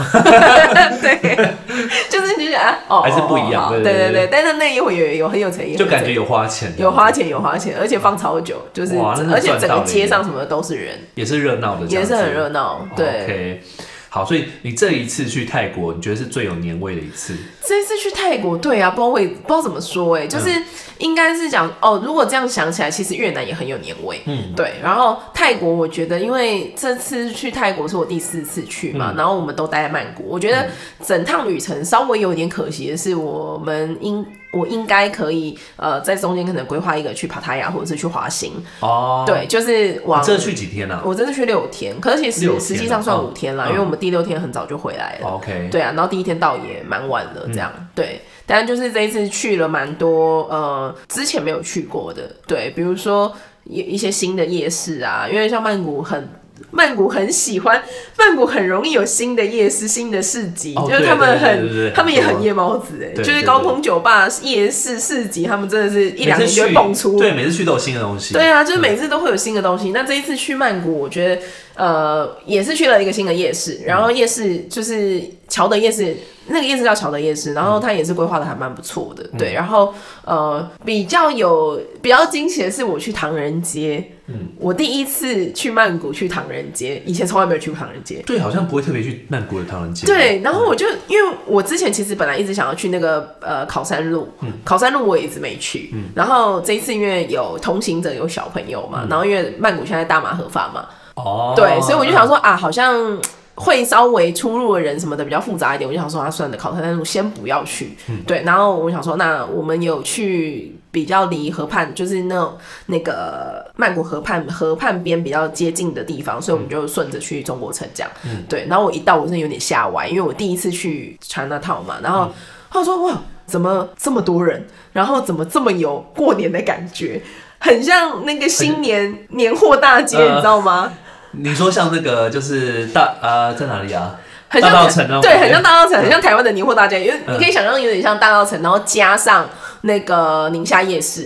Speaker 2: 对， [laughs] 就是你就觉得啊哦，
Speaker 1: 还是不一样
Speaker 2: 哦哦
Speaker 1: 对
Speaker 2: 对
Speaker 1: 对对
Speaker 2: 对，但是那烟火有有很有诚意，
Speaker 1: 就
Speaker 2: 很有
Speaker 1: 感
Speaker 2: 诚
Speaker 1: 觉
Speaker 2: 意
Speaker 1: 有花钱，啊
Speaker 2: 有花，钱有花钱，而且放超久，就是
Speaker 1: 哇那真的
Speaker 2: 而且
Speaker 1: 赚
Speaker 2: 整
Speaker 1: 到
Speaker 2: 个
Speaker 1: 了
Speaker 2: 街
Speaker 1: 耶
Speaker 2: 上什么都是人，
Speaker 1: 也是热闹的，
Speaker 2: 也是很热。闹，对。
Speaker 1: 哦 OK，好，所以你这一次去泰国，你觉得是最有年味的一次？
Speaker 2: 这一次去泰国，对啊，不知道为不知道怎么说哎、就是
Speaker 1: 嗯
Speaker 2: 应该是讲哦，如果这样想起来，其实越南也很有年味，
Speaker 1: 嗯，
Speaker 2: 对。然后泰国，我觉得因为这次去泰国是我第四次去嘛，
Speaker 1: 嗯
Speaker 2: 然后我们都待在曼谷，我觉得整趟旅程稍微有点可惜的是，我们应我应该可以呃在中间可能规划一个去帕塔亚或者是去华兴，
Speaker 1: 哦，
Speaker 2: 对，就是往
Speaker 1: 你这去几天啊
Speaker 2: 我真的去六天，可是其
Speaker 1: 六天
Speaker 2: 实实际上算
Speaker 1: 哦
Speaker 2: 五天啦，
Speaker 1: 嗯
Speaker 2: 因为我们第六天很早就回来了。
Speaker 1: 哦？OK，嗯
Speaker 2: 对啊，然后第一天到也蛮晚了，这样、对。但就是这一次去了蛮多，呃，之前没有去过的，对，比如说一一些新的夜市啊，因为像曼谷很。曼谷很喜欢，曼谷很容易有新的夜市、新的市集，
Speaker 1: 哦
Speaker 2: 就是
Speaker 1: 对
Speaker 2: 他
Speaker 1: 对
Speaker 2: 们
Speaker 1: 对
Speaker 2: 很，
Speaker 1: 对对对
Speaker 2: 他们也
Speaker 1: 很
Speaker 2: 很
Speaker 1: 多
Speaker 2: 夜猫子哎，
Speaker 1: 对
Speaker 2: 就是
Speaker 1: 对
Speaker 2: 高
Speaker 1: 对
Speaker 2: 空酒吧、夜市、市集，他们真的是一两
Speaker 1: 每
Speaker 2: 年
Speaker 1: 次
Speaker 2: 就会
Speaker 1: 去
Speaker 2: 蹦出，
Speaker 1: 对，每次去都有新的东西，
Speaker 2: 对啊，就是每次都会有新的东西。那这一次去曼谷，我觉得呃也是去了一个新的夜市，然后夜市就是乔德夜市，那个夜市叫乔德夜市，然后它也是规划的还蛮不错的，对。然后呃比较有比较惊喜的是我去唐人街，嗯，我第一次去曼谷去唐人街，以前从来没有去过唐人街。
Speaker 1: 对，好像不会特别去曼谷的唐人街，
Speaker 2: 对，然后我就因为我之前其实本来一直想要去那个呃考山路，考山路我也一直没去。然后这一次因为有同行者有小朋友嘛，然后因为曼谷现在大麻合法嘛，
Speaker 1: 哦，
Speaker 2: 对，所以我就想说啊，好像。会稍微出入的人什么的比较复杂一点，我就想说，啊，算了，考山路先不要去。
Speaker 1: 嗯
Speaker 2: 对，然后我想说，那我们有去比较离河畔，就是那种那个曼谷河畔河畔边比较接近的地方，所以我们就顺着去中国城这样。
Speaker 1: 嗯
Speaker 2: 对，然后我一到，我真的有点吓歪，因为我第一次去 China Town 嘛，然
Speaker 1: 嗯
Speaker 2: 后他说哇，怎么这么多人？然后怎么这么有过年的感觉？很像那个新年年货大街，
Speaker 1: 呃
Speaker 2: 你知道吗？
Speaker 1: 你说像那个就是大呃在哪里啊？
Speaker 2: 很像
Speaker 1: 大稻城啊
Speaker 2: 对，
Speaker 1: 我
Speaker 2: 很像大稻城，很像台湾的年货大街，因为
Speaker 1: 嗯 [laughs]
Speaker 2: 你可以想象有点像大稻城，然后加上那个宁夏夜市，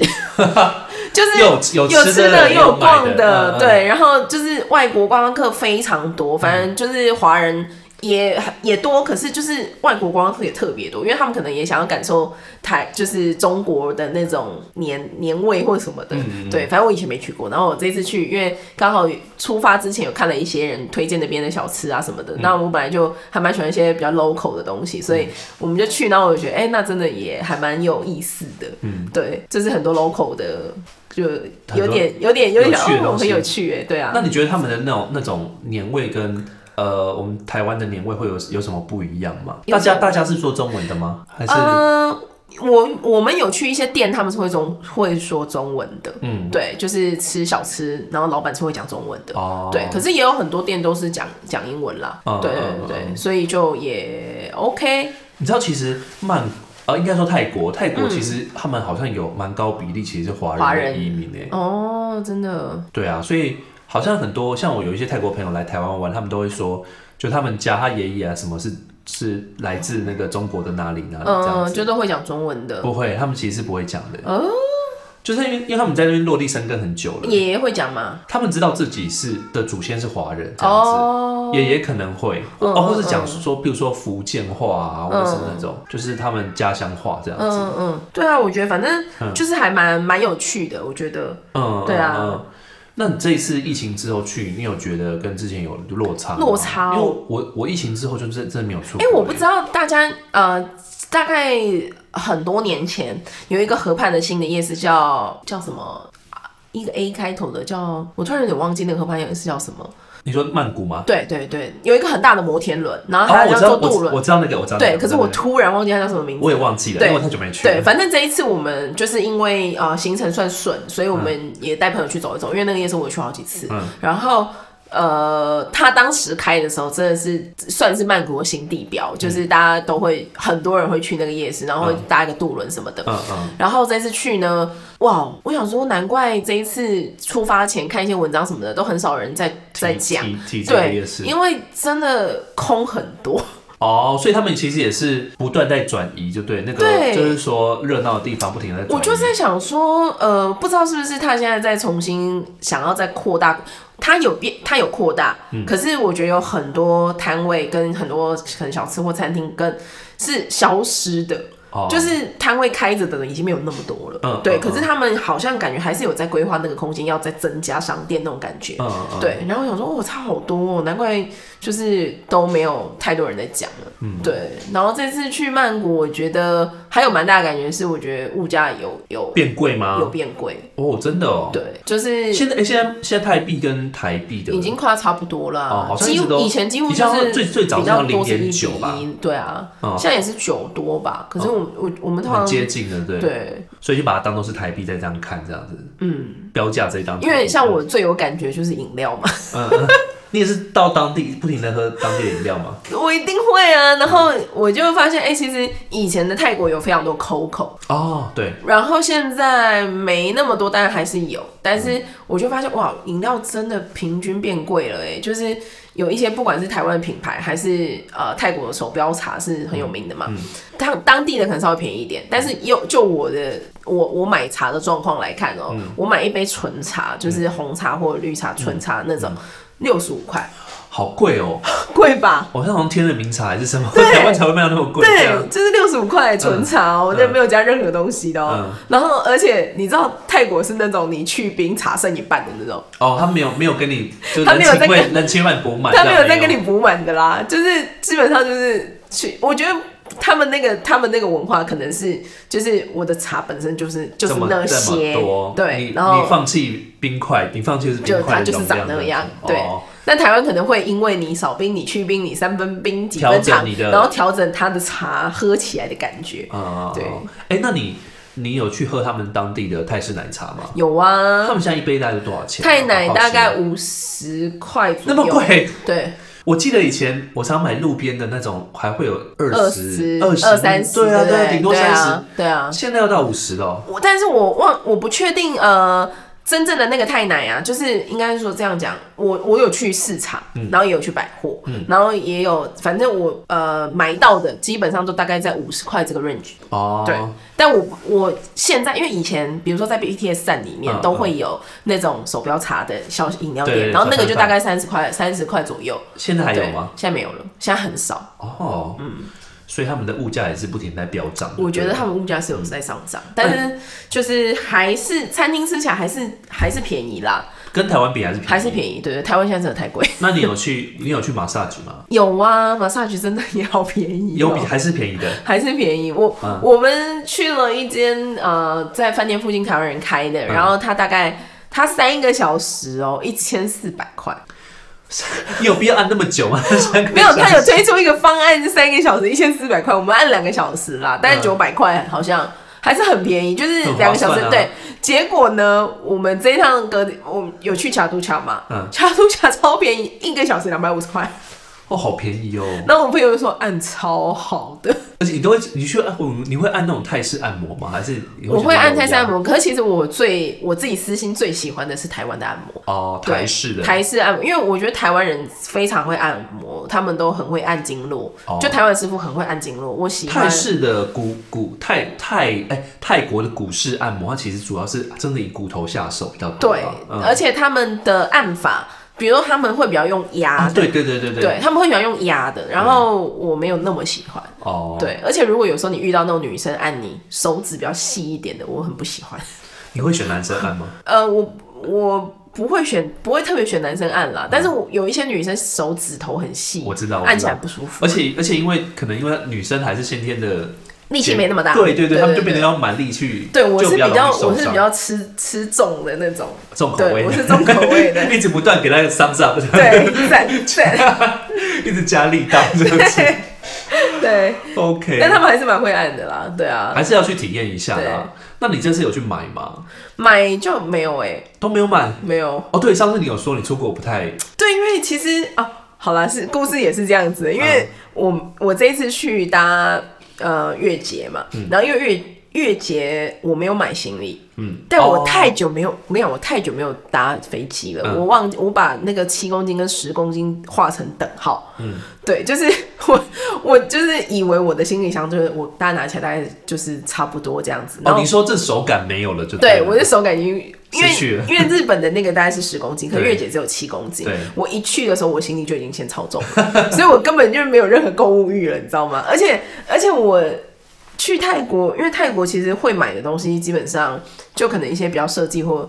Speaker 2: 就是
Speaker 1: 有有
Speaker 2: 有
Speaker 1: 吃
Speaker 2: 吃的
Speaker 1: 的
Speaker 2: 又有
Speaker 1: 买
Speaker 2: 逛
Speaker 1: 的，嗯嗯嗯
Speaker 2: 对，然后就是外国观光客非常多，反正就是华人也也多，可是就是外国观光客也特别多，因为他们可能也想要感受台就是中国的那种年年味或什么
Speaker 1: 嗯
Speaker 2: 的，对，反正我以前没去过，然后我这次去，因为刚好出发之前有看了一些人推荐那边的小吃啊什么
Speaker 1: 嗯
Speaker 2: 的，那我本来就还蛮喜欢一些比较 local 的东西，所以我们就去，然后我就觉得哎、那真的也还蛮有意思的，嗯，对，就是很多 local 的。就有点有点有
Speaker 1: 有
Speaker 2: 点
Speaker 1: 趣的
Speaker 2: 哦，
Speaker 1: 东西
Speaker 2: 很有趣哎，对啊
Speaker 1: 那。你觉得他们的那种那种年味跟呃我们台湾的年味会有有什么不一样吗？
Speaker 2: 有
Speaker 1: 大
Speaker 2: 什
Speaker 1: 家
Speaker 2: 么
Speaker 1: 大家是说中文的吗？还是、
Speaker 2: 呃，我我们有去一些店，他们是会中会说中文的，
Speaker 1: 嗯
Speaker 2: 对，就是吃小吃，然后老板是会讲中文的，
Speaker 1: 哦
Speaker 2: 对。可是也有很多店都是讲讲英文啦，
Speaker 1: 嗯
Speaker 2: 对
Speaker 1: 嗯
Speaker 2: 对
Speaker 1: 嗯
Speaker 2: 对，
Speaker 1: 嗯
Speaker 2: 所以就也 OK。
Speaker 1: 你知道其实曼呃应该说泰国泰国其实他们好像有蛮高比例其实是华
Speaker 2: 嗯华
Speaker 1: 人的
Speaker 2: 人
Speaker 1: 移民诶、欸
Speaker 2: 哦，真的，
Speaker 1: 对啊，所以好像很多像我有一些泰国朋友来台湾玩，他们都会说，就他们家他爷爷啊什么是是来自那个中国的哪里哪里呃这样
Speaker 2: 嗯，
Speaker 1: 子，哦
Speaker 2: 就都会讲中文的，
Speaker 1: 不会，他们其实是不会讲的，
Speaker 2: 哦
Speaker 1: 就是因为因为他们在那边落地生根很久了，
Speaker 2: 爷爷会讲吗？
Speaker 1: 他们知道自己是的祖先是华人这样子。
Speaker 2: 哦，
Speaker 1: 爷爷可能会，
Speaker 2: 嗯
Speaker 1: 哦，或是
Speaker 2: 嗯
Speaker 1: 讲
Speaker 2: 嗯
Speaker 1: 说，比如说福建话啊，或者是那种，就是他们家乡话这样子。
Speaker 2: 嗯嗯，对啊，我觉得反正
Speaker 1: 嗯
Speaker 2: 就是还蛮蛮有趣的，我觉得
Speaker 1: 嗯，
Speaker 2: 对啊
Speaker 1: 嗯。嗯那你这一次疫情之后去，你有觉得跟之前有落差吗？
Speaker 2: 落差哦
Speaker 1: 因为我我疫情之后就真真的没有出国。
Speaker 2: 哎、我不知道大家呃，大概很多年前有一个河畔的新的夜市叫叫什么？一个 A 开头的叫，我突然有点忘记那个河畔夜市叫什么。
Speaker 1: 欸你说曼谷吗？
Speaker 2: 对对对，有一个很大的摩天轮，然后
Speaker 1: 哦
Speaker 2: 它，
Speaker 1: 我
Speaker 2: 要
Speaker 1: 知道，
Speaker 2: 做
Speaker 1: 我
Speaker 2: 渡
Speaker 1: 知
Speaker 2: 轮。
Speaker 1: 我知道那个，我知道那个。
Speaker 2: 对，可是我
Speaker 1: 我知道
Speaker 2: 突然忘记它叫什么名
Speaker 1: 那
Speaker 2: 字
Speaker 1: 个。我也忘记了，
Speaker 2: 对
Speaker 1: 因为我太久没去了。
Speaker 2: 对，反正这一次我们就是因为呃行程算顺，所以我们也带朋友去走一走，因为那个夜市我也去好几次。
Speaker 1: 嗯
Speaker 2: 然后呃，他当时开的时候真的是算是曼谷的新地标，就是大家都会很多人会去那个夜市，然后会
Speaker 1: 嗯
Speaker 2: 搭一个渡轮什么的。
Speaker 1: 嗯嗯，
Speaker 2: 然后这次去呢，哇，我想说，难怪这一次出发前看一些文章什么的，都很少人在在讲。
Speaker 1: 提提这个
Speaker 2: 对
Speaker 1: 夜，市
Speaker 2: 因为真的空很多，
Speaker 1: 哦，所以他们其实也是不断在转移，就对那个
Speaker 2: 对
Speaker 1: 就是说热闹的地方不停地在转移。
Speaker 2: 我就在想说，呃，不知道是不是他现在在重新想要再扩大，他有变，他有扩大，
Speaker 1: 嗯
Speaker 2: 可是我觉得有很多摊位跟很多可能小吃或餐厅跟是消失的，
Speaker 1: 哦
Speaker 2: 就是摊位开着的人已经没有那么多了，
Speaker 1: 嗯
Speaker 2: 对。
Speaker 1: 嗯
Speaker 2: 可是他们好像感觉还是有在规划那个空间，要再增加商店那种感觉。
Speaker 1: 嗯嗯嗯
Speaker 2: 对，然后我想说，哦，差好多、哦，难怪就是都没有太多人在讲了。嗯，对。然后这次去曼谷，我觉得还有蛮大的感觉是，我觉得物价有有
Speaker 1: 变贵
Speaker 2: 有
Speaker 1: 吗？
Speaker 2: 变贵，
Speaker 1: 哦，真的哦。
Speaker 2: 对，就是
Speaker 1: 现在诶现在现在泰币跟台币的
Speaker 2: 已经快差不多了
Speaker 1: 哦
Speaker 2: 啊。
Speaker 1: 好像一
Speaker 2: 几
Speaker 1: 直
Speaker 2: 乎
Speaker 1: 都
Speaker 2: 以前几乎
Speaker 1: 你
Speaker 2: 就
Speaker 1: 像
Speaker 2: 是
Speaker 1: 最最早
Speaker 2: 比
Speaker 1: 是要
Speaker 2: 较多是一比
Speaker 1: 0.9吧
Speaker 2: 一，对啊，
Speaker 1: 哦
Speaker 2: 现在也是九多吧。可是我我我们通
Speaker 1: 很
Speaker 2: 常
Speaker 1: 接近了，对。
Speaker 2: 对。
Speaker 1: 所以就把它当做是台币在这样看，这样子。嗯。标价这一张。
Speaker 2: 因为像我最有感觉就是饮料嘛， [laughs]
Speaker 1: 嗯，嗯， [laughs] 你也是到当地不停的喝当地的饮料吗？
Speaker 2: 我一定会啊。然后
Speaker 1: 嗯
Speaker 2: 我就发现，哎、其实以前的泰国有非常多 COCO，
Speaker 1: 哦，对，
Speaker 2: 然后现在没那么多，但还是有。但是我就发现，哇，饮料真的平均变贵了、哎，就是有一些不管是台湾品牌还是呃泰国的手标茶是很有名的嘛，当、当地的可能稍微便宜一点，但是又就我的我我买茶的状况来看哦、我买一杯纯茶，就是红茶或者绿茶纯茶那种。六十五块，
Speaker 1: 好贵哦，
Speaker 2: 贵吧？
Speaker 1: 好像好像天人名茶还是什么，台湾才会卖到那么贵这
Speaker 2: 对，
Speaker 1: 样。
Speaker 2: 就是六十五块纯茶哦，那、没有加任何东西的哦。
Speaker 1: 嗯
Speaker 2: 然后，而且你知道泰国是那种你去冰茶剩一半的那种，
Speaker 1: 哦，他没有没有跟你，就
Speaker 2: 他
Speaker 1: 人
Speaker 2: 没有
Speaker 1: 情
Speaker 2: 在
Speaker 1: 味
Speaker 2: 跟
Speaker 1: 人情味补满，
Speaker 2: 他
Speaker 1: 这
Speaker 2: 没
Speaker 1: 样
Speaker 2: 有再跟你补满的
Speaker 1: 哦
Speaker 2: 啦，就是基本上就是去，我觉得。他们那个，他们那个文化可能是，就是我的茶本身就是就是
Speaker 1: 这么
Speaker 2: 那
Speaker 1: 这么
Speaker 2: 些
Speaker 1: 多，，你
Speaker 2: 对，然
Speaker 1: 你
Speaker 2: 后
Speaker 1: 放弃冰块，你放弃的是冰
Speaker 2: 就
Speaker 1: 块
Speaker 2: 它
Speaker 1: 的
Speaker 2: 就是
Speaker 1: 容
Speaker 2: 长
Speaker 1: 量
Speaker 2: 那
Speaker 1: 的
Speaker 2: 样，
Speaker 1: 哦
Speaker 2: 对。那台湾可能会因为你少冰、你去冰、你三分冰、几分
Speaker 1: 调整
Speaker 2: 糖
Speaker 1: 你，的
Speaker 2: 然后调整它的茶喝起来的感觉。
Speaker 1: 啊，
Speaker 2: 对
Speaker 1: 哎，那你你有去喝他们当地的泰式奶茶吗？
Speaker 2: 有啊，
Speaker 1: 他们现在一杯大概是多少钱？
Speaker 2: 太奶
Speaker 1: 好好奇
Speaker 2: 大概
Speaker 1: 哦
Speaker 2: 五十块左
Speaker 1: 那
Speaker 2: 右，
Speaker 1: 么？贵，
Speaker 2: 对，
Speaker 1: 我记得以前我常买路边的那种，还会有二
Speaker 2: 二
Speaker 1: 十
Speaker 2: 十、、
Speaker 1: 十、
Speaker 2: 二三十，
Speaker 1: 对啊，
Speaker 2: 不
Speaker 1: 啊，
Speaker 2: 对，
Speaker 1: 顶多
Speaker 2: 对
Speaker 1: 三
Speaker 2: 啊
Speaker 1: 十。，
Speaker 2: 对啊。
Speaker 1: 现在要到五十了哦。
Speaker 2: 我但是我忘我不确定，呃，真正的那个太奶啊，就是应该说这样讲，我我有去市场，
Speaker 1: 嗯
Speaker 2: 然后也有去百货，然后也有，反正我呃买到的基本上都大概在五十块这个 range。
Speaker 1: 哦，
Speaker 2: 对，但我我现在因为以前比如说在 BTS 站里面
Speaker 1: 嗯
Speaker 2: 都会有那种手标茶的小饮料
Speaker 1: 对
Speaker 2: 店，
Speaker 1: 对
Speaker 2: 然后那
Speaker 1: 小
Speaker 2: 个
Speaker 1: 摊
Speaker 2: 就大概三十块三十块左右。
Speaker 1: 现在还有
Speaker 2: 对
Speaker 1: 吗？？
Speaker 2: 现在没有了，现在很少。
Speaker 1: 哦，嗯，所以他们的物价也是不停在飙涨。
Speaker 2: 我觉
Speaker 1: 对
Speaker 2: 得
Speaker 1: 不对
Speaker 2: 他们物价是有在上涨，但是就是还是餐厅吃起来还是还是便宜啦，
Speaker 1: 跟台湾比还是
Speaker 2: 还是
Speaker 1: 宜。
Speaker 2: 便宜。对对，台湾现在真的太贵。 [laughs]
Speaker 1: 那你有去 [laughs] 你有去马萨局吗？
Speaker 2: 有啊，马萨局真的也好便宜、哦
Speaker 1: 有比还是便宜的
Speaker 2: 还是便宜。我、
Speaker 1: 嗯
Speaker 2: 我们去了一间呃，在饭店附近台湾人开
Speaker 1: 嗯
Speaker 2: 的，然后它大概它三个小时哦，一千四百块。
Speaker 1: 你有必要按那么久
Speaker 2: [laughs]
Speaker 1: 吗？三个
Speaker 2: 没有，
Speaker 1: 小时
Speaker 2: 它有推出一个方案是三个小时一千四百块，我们按两个小时啦，大概
Speaker 1: 嗯
Speaker 2: 九百块，好像。还是很便宜，就是
Speaker 1: 很划
Speaker 2: 两个小时。
Speaker 1: 算啊
Speaker 2: 对，结果呢，我们这一趟隔我们有去卡都卡嘛，
Speaker 1: 嗯
Speaker 2: 卡都卡超便宜，一个小时两百五十块。
Speaker 1: 哦，好便宜哦。
Speaker 2: 然后我朋友就说按超好的，
Speaker 1: 而且你都会你去按我你会按那种泰式按摩吗？还是你
Speaker 2: 我
Speaker 1: 想
Speaker 2: 会
Speaker 1: 要
Speaker 2: 按
Speaker 1: [laughs] 有
Speaker 2: 泰式按
Speaker 1: 压
Speaker 2: 摩，可是其实我最我自己私心最喜欢的是台湾的按摩，
Speaker 1: 哦，
Speaker 2: 对
Speaker 1: 台式的
Speaker 2: 台式按摩，因为我觉得台湾人非常会按摩，他们都很会按经络，
Speaker 1: 哦
Speaker 2: 就台湾师傅很会按经络，我喜欢
Speaker 1: 泰。式的古古泰泰哎、泰国的古式按摩，它其实主要是真的以骨头下手比较多啊嗯
Speaker 2: 对啊
Speaker 1: 吧。，
Speaker 2: 而且他们的按法，比如说他们会比较用压
Speaker 1: 啊，
Speaker 2: 的，
Speaker 1: 对对对对对，
Speaker 2: 对，他们会比较用压的，然后我没有那么喜欢。
Speaker 1: 哦，，
Speaker 2: 对，而且如果有时候你遇到那种女生按你手指比较细一点的，我很不喜欢。
Speaker 1: 你会选男生按吗？
Speaker 2: [laughs] 呃，我我不会选，不会特别选男生按啦，但是我有一些女生手指头很细，
Speaker 1: 我知道，我知道
Speaker 2: 按起来不舒服，
Speaker 1: 而且而且因为可能因为女生还是先天的
Speaker 2: 力气没那么大。
Speaker 1: 对对对，他们就变得
Speaker 2: 对
Speaker 1: 要蛮力去，
Speaker 2: 对，我
Speaker 1: 就是
Speaker 2: 比较
Speaker 1: 容易受
Speaker 2: 我是
Speaker 1: 伤
Speaker 2: 比较吃吃重的那种，
Speaker 1: 重口味，
Speaker 2: 对，我是重口味的
Speaker 1: [laughs] 一直不断给他 thumbs up，
Speaker 2: [laughs] 对，赞赞，
Speaker 1: [laughs] 一直加力道这样子
Speaker 2: [laughs] 对对，
Speaker 1: ，OK，
Speaker 2: 但他们还是蛮会按的啦，对啊，
Speaker 1: 还是要去体验一下啦。那你这次有去买吗？
Speaker 2: 买就没有哎、
Speaker 1: 都没有买。
Speaker 2: 没有，
Speaker 1: 哦，对，上次你有说你出国不太
Speaker 2: 对，因为其实啊，好啦，是故事也是这样子的，
Speaker 1: 嗯
Speaker 2: 因为我、我这一次去搭呃月结嘛，然后因为月月结我没有买行李，
Speaker 1: 嗯，
Speaker 2: 但我
Speaker 1: 哦
Speaker 2: 太久没有，我跟你讲，我太久没有搭飞机了，
Speaker 1: 嗯
Speaker 2: 我忘记我把那个七公斤跟十公斤画成等号，嗯，对，就是 [laughs] 我我就是以为我的行李箱就是我大家拿起来大概就是差不多这样子，然
Speaker 1: 哦，
Speaker 2: 后
Speaker 1: 你说这手感没有了就
Speaker 2: 对，
Speaker 1: 了
Speaker 2: 我的手感已经。因为
Speaker 1: 失去了
Speaker 2: [laughs] 因为日本的那个大概是十公斤，可
Speaker 1: 对
Speaker 2: 月姐只有七公斤
Speaker 1: 对。
Speaker 2: 我一去的时候，我行李就已经先超重了， [laughs] 所以我根本就没有任何购物欲了，你知道吗？而且而且我去泰国，因为泰国其实会买的东西基本上就可能一些比较设计或。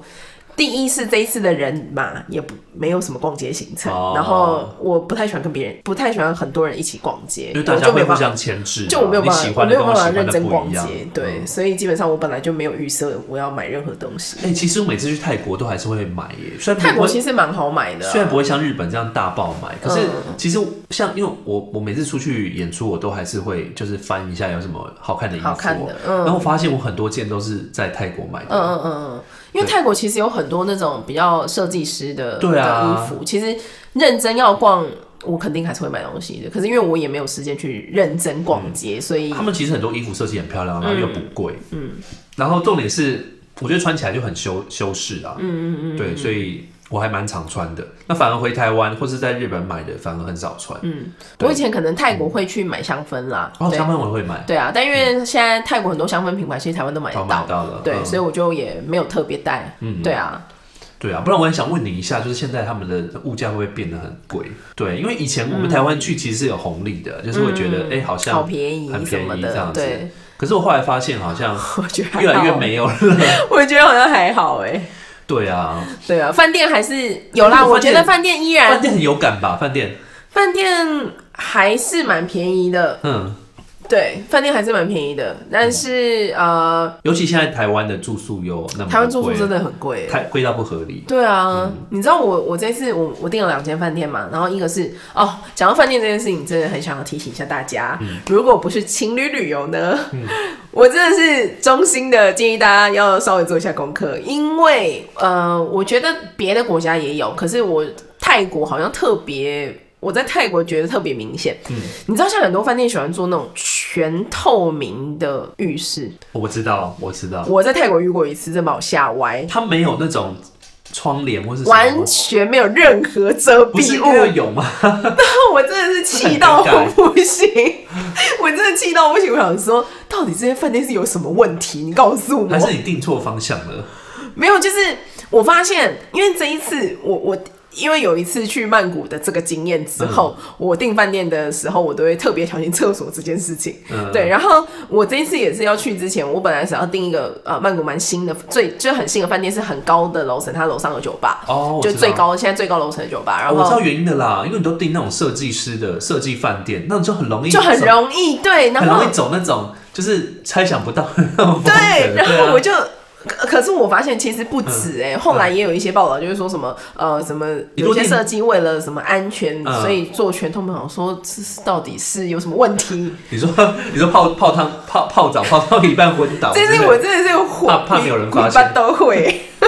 Speaker 2: 第一是这一次的人嘛，也不没有什么逛街行程，
Speaker 1: 哦
Speaker 2: 然后我不太喜欢跟别人，不太喜欢很多人一起逛街，
Speaker 1: 因为大
Speaker 2: 我
Speaker 1: 家
Speaker 2: 就
Speaker 1: 会
Speaker 2: 没有
Speaker 1: 互
Speaker 2: 办法
Speaker 1: 相牵制啊，
Speaker 2: 就我没有
Speaker 1: 你
Speaker 2: 办
Speaker 1: 喜
Speaker 2: 法，我
Speaker 1: 欢
Speaker 2: 没
Speaker 1: 的
Speaker 2: 有
Speaker 1: 跟我
Speaker 2: 办
Speaker 1: 喜
Speaker 2: 法
Speaker 1: 欢
Speaker 2: 认
Speaker 1: 的
Speaker 2: 真
Speaker 1: 不
Speaker 2: 逛
Speaker 1: 一样
Speaker 2: 街，。对，
Speaker 1: 嗯
Speaker 2: 所以基本上我本来就没有预设我要买任何东西。
Speaker 1: 哎，其实我每次去泰国都还是会买耶，虽然
Speaker 2: 泰
Speaker 1: 不
Speaker 2: 国
Speaker 1: 会
Speaker 2: 其实蛮好买的啊、
Speaker 1: 虽然不会像日本这样大爆买，可是
Speaker 2: 嗯
Speaker 1: 其实像因为我我每次出去演出，我都还是会就是翻一下有什么好看的衣服，哦
Speaker 2: 好看的嗯
Speaker 1: 然后发现我很多件都是在泰国买
Speaker 2: 嗯
Speaker 1: 的，
Speaker 2: 嗯嗯嗯，因为泰国其实有很多那种比较设计师的
Speaker 1: 对啊
Speaker 2: 的衣服，其实认真要逛，我肯定还是会买东西的。可是因为我也没有时间去认真逛街，所以
Speaker 1: 嗯他们其实很多衣服设计很漂亮，然后又不贵，嗯，然后重点是我觉得穿起来就很修修饰啊，嗯嗯嗯，对，所以。我还蛮常穿的，那反而回台湾或是在日本买的，反而很少穿。嗯，对
Speaker 2: 我以前可能泰国会去买香氛啦，
Speaker 1: 哦，
Speaker 2: 对
Speaker 1: 香氛我也会买，
Speaker 2: 对啊，但因为现在泰国很多香氛品牌，其实台湾都买得
Speaker 1: 哦
Speaker 2: 到
Speaker 1: 买。到了。
Speaker 2: 对，
Speaker 1: 嗯
Speaker 2: 所以我就也没有特别带，对啊，
Speaker 1: 对啊，不然我很想问你一下，就是现在他们的物价会不会变得很贵？对，因为以前我们台湾去其实是有红利的，就是会觉得哎、诶好
Speaker 2: 好
Speaker 1: 像，
Speaker 2: 便宜
Speaker 1: 很
Speaker 2: 什么
Speaker 1: 便宜这
Speaker 2: 的
Speaker 1: 样，子
Speaker 2: 对，
Speaker 1: 可是我后来发现好像
Speaker 2: [laughs] 我觉得还
Speaker 1: 越来越
Speaker 2: 好，
Speaker 1: 没有了。
Speaker 2: 我觉得好像还好哎、
Speaker 1: [laughs] 对啊，
Speaker 2: 对啊，饭店还是有啦，
Speaker 1: [laughs] 饭店
Speaker 2: 我觉得饭店依
Speaker 1: 饭
Speaker 2: 然
Speaker 1: 店很有感吧？饭店，
Speaker 2: 饭店还是蛮便宜的，
Speaker 1: 嗯，
Speaker 2: 对，饭店还是蛮便宜的，但是呃，
Speaker 1: 尤其现在台湾的住宿又那么
Speaker 2: 台湾住宿真
Speaker 1: 的
Speaker 2: 的很贵欸。
Speaker 1: 太贵到不合理。
Speaker 2: 对啊，你知道我我这次我我订了两间饭店嘛，然后一个是哦，讲到饭店这件事情，真的很想要提醒一下大家，如果不是情侣旅游呢， [laughs] 我真的是衷心的建议大家要稍微做一下功课，因为呃，我觉得别的国家也有，可是我泰国好像特别我在泰国觉得特别明显。嗯，你知道，像很多饭店喜欢做那种全透明的浴室，
Speaker 1: 我知道，我知道，
Speaker 2: 我在泰国遇过一次，真把我吓歪，
Speaker 1: 它没有那种窗帘或是什么
Speaker 2: 完全没有任何遮
Speaker 1: 不是
Speaker 2: 蔽
Speaker 1: 应该要
Speaker 2: 物。
Speaker 1: 有吗？
Speaker 2: [laughs] 我真的是气到我不行， [laughs] 我真的气到不行。我想说，到底这些饭店是有什么问题？你告诉我。
Speaker 1: 还是你定错方向了？
Speaker 2: 没有，就是我发现，因为这一次我我。因为有一次去曼谷的这个经验之后，我订饭店的时候，我都会特别小心厕所这件事情。
Speaker 1: 嗯
Speaker 2: 对，然后我这一次也是要去之前，我本来想要订一个呃曼谷蛮新的，最就很新的饭店，是很高的楼层，它楼上有酒吧，
Speaker 1: 哦我
Speaker 2: 就
Speaker 1: 知
Speaker 2: 最
Speaker 1: 道
Speaker 2: 高现在最高楼层的酒吧，然
Speaker 1: 哦我知
Speaker 2: 后
Speaker 1: 道原因的啦，因为你都订那种设计师的设计饭店，那种就很容易
Speaker 2: 就很
Speaker 1: 走
Speaker 2: 容易对，然
Speaker 1: 很
Speaker 2: 后
Speaker 1: 容易走那种就是猜想不到的那种风格。
Speaker 2: 对， [laughs] 然
Speaker 1: 啊嗯
Speaker 2: 后我就。可可是我发现其实不止哎、后来也有一些报道，就是说什么呃什么
Speaker 1: 你
Speaker 2: 有
Speaker 1: 说
Speaker 2: 些
Speaker 1: 你
Speaker 2: 设计为了什么安全，
Speaker 1: 嗯
Speaker 2: 所以做全透明，好像说这是到底是有什么
Speaker 1: [laughs]
Speaker 2: 问题？
Speaker 1: 你说你说泡泡汤泡泡澡泡到一半昏倒，
Speaker 2: [laughs] 这
Speaker 1: 哦真
Speaker 2: 是
Speaker 1: 的
Speaker 2: 我真的是火，
Speaker 1: 怕怕没有人发现
Speaker 2: 鬼八都会，我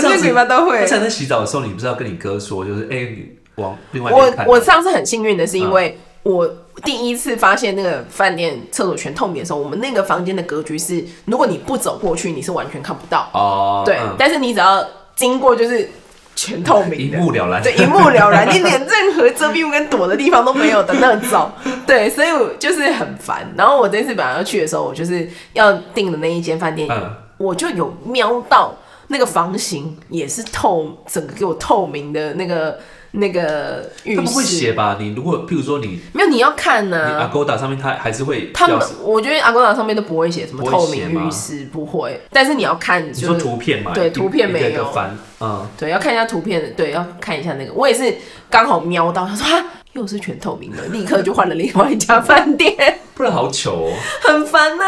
Speaker 1: [laughs] 那这
Speaker 2: 真
Speaker 1: 样
Speaker 2: 的
Speaker 1: 子
Speaker 2: 鬼八都
Speaker 1: 那
Speaker 2: 会。
Speaker 1: 才在洗澡的时候，你不是要跟你哥说，就是哎、你往另外一边
Speaker 2: 我
Speaker 1: 看。嗯
Speaker 2: 我上次很幸运的是，因为我第一次发现那个饭店厕所全透明的时候，我们那个房间的格局是，如果你不走过去，你是完全看不到，
Speaker 1: 哦，
Speaker 2: 对，
Speaker 1: 嗯
Speaker 2: 但是你只要经过就是全透明
Speaker 1: 一
Speaker 2: 的。
Speaker 1: 目了然。
Speaker 2: 对，一目了然，你连任何遮蔽物跟躲的地方都没有的那
Speaker 1: [laughs]
Speaker 2: 种。对，所以我就是很烦。然后我这次本来要去的时候，我就是要订的那一间饭店，
Speaker 1: 嗯，
Speaker 2: 我就有瞄到那个房型也是透，整个给我透明的那个那个浴
Speaker 1: 他们会
Speaker 2: 室。
Speaker 1: 写吧？你如果譬如说你
Speaker 2: 没有，你要看呢、
Speaker 1: 你啊 Agoda 上面，它还是会
Speaker 2: 呃他们
Speaker 1: 标示，
Speaker 2: 我觉得阿哥达上面都不会写什么
Speaker 1: 不会
Speaker 2: 透
Speaker 1: 写
Speaker 2: 明
Speaker 1: 吗
Speaker 2: 浴室，不会。但是你要看，
Speaker 1: 你说
Speaker 2: 就是
Speaker 1: 图片嘛？
Speaker 2: 对
Speaker 1: 一
Speaker 2: 图片没有
Speaker 1: 一个一个翻，嗯，
Speaker 2: 对，要看一下图片，对，要看一下那个。我也是刚好瞄到，他说啊，又是全透明的，立刻就换了另外一家饭店，
Speaker 1: 不然好糗哦。
Speaker 2: 很烦呐、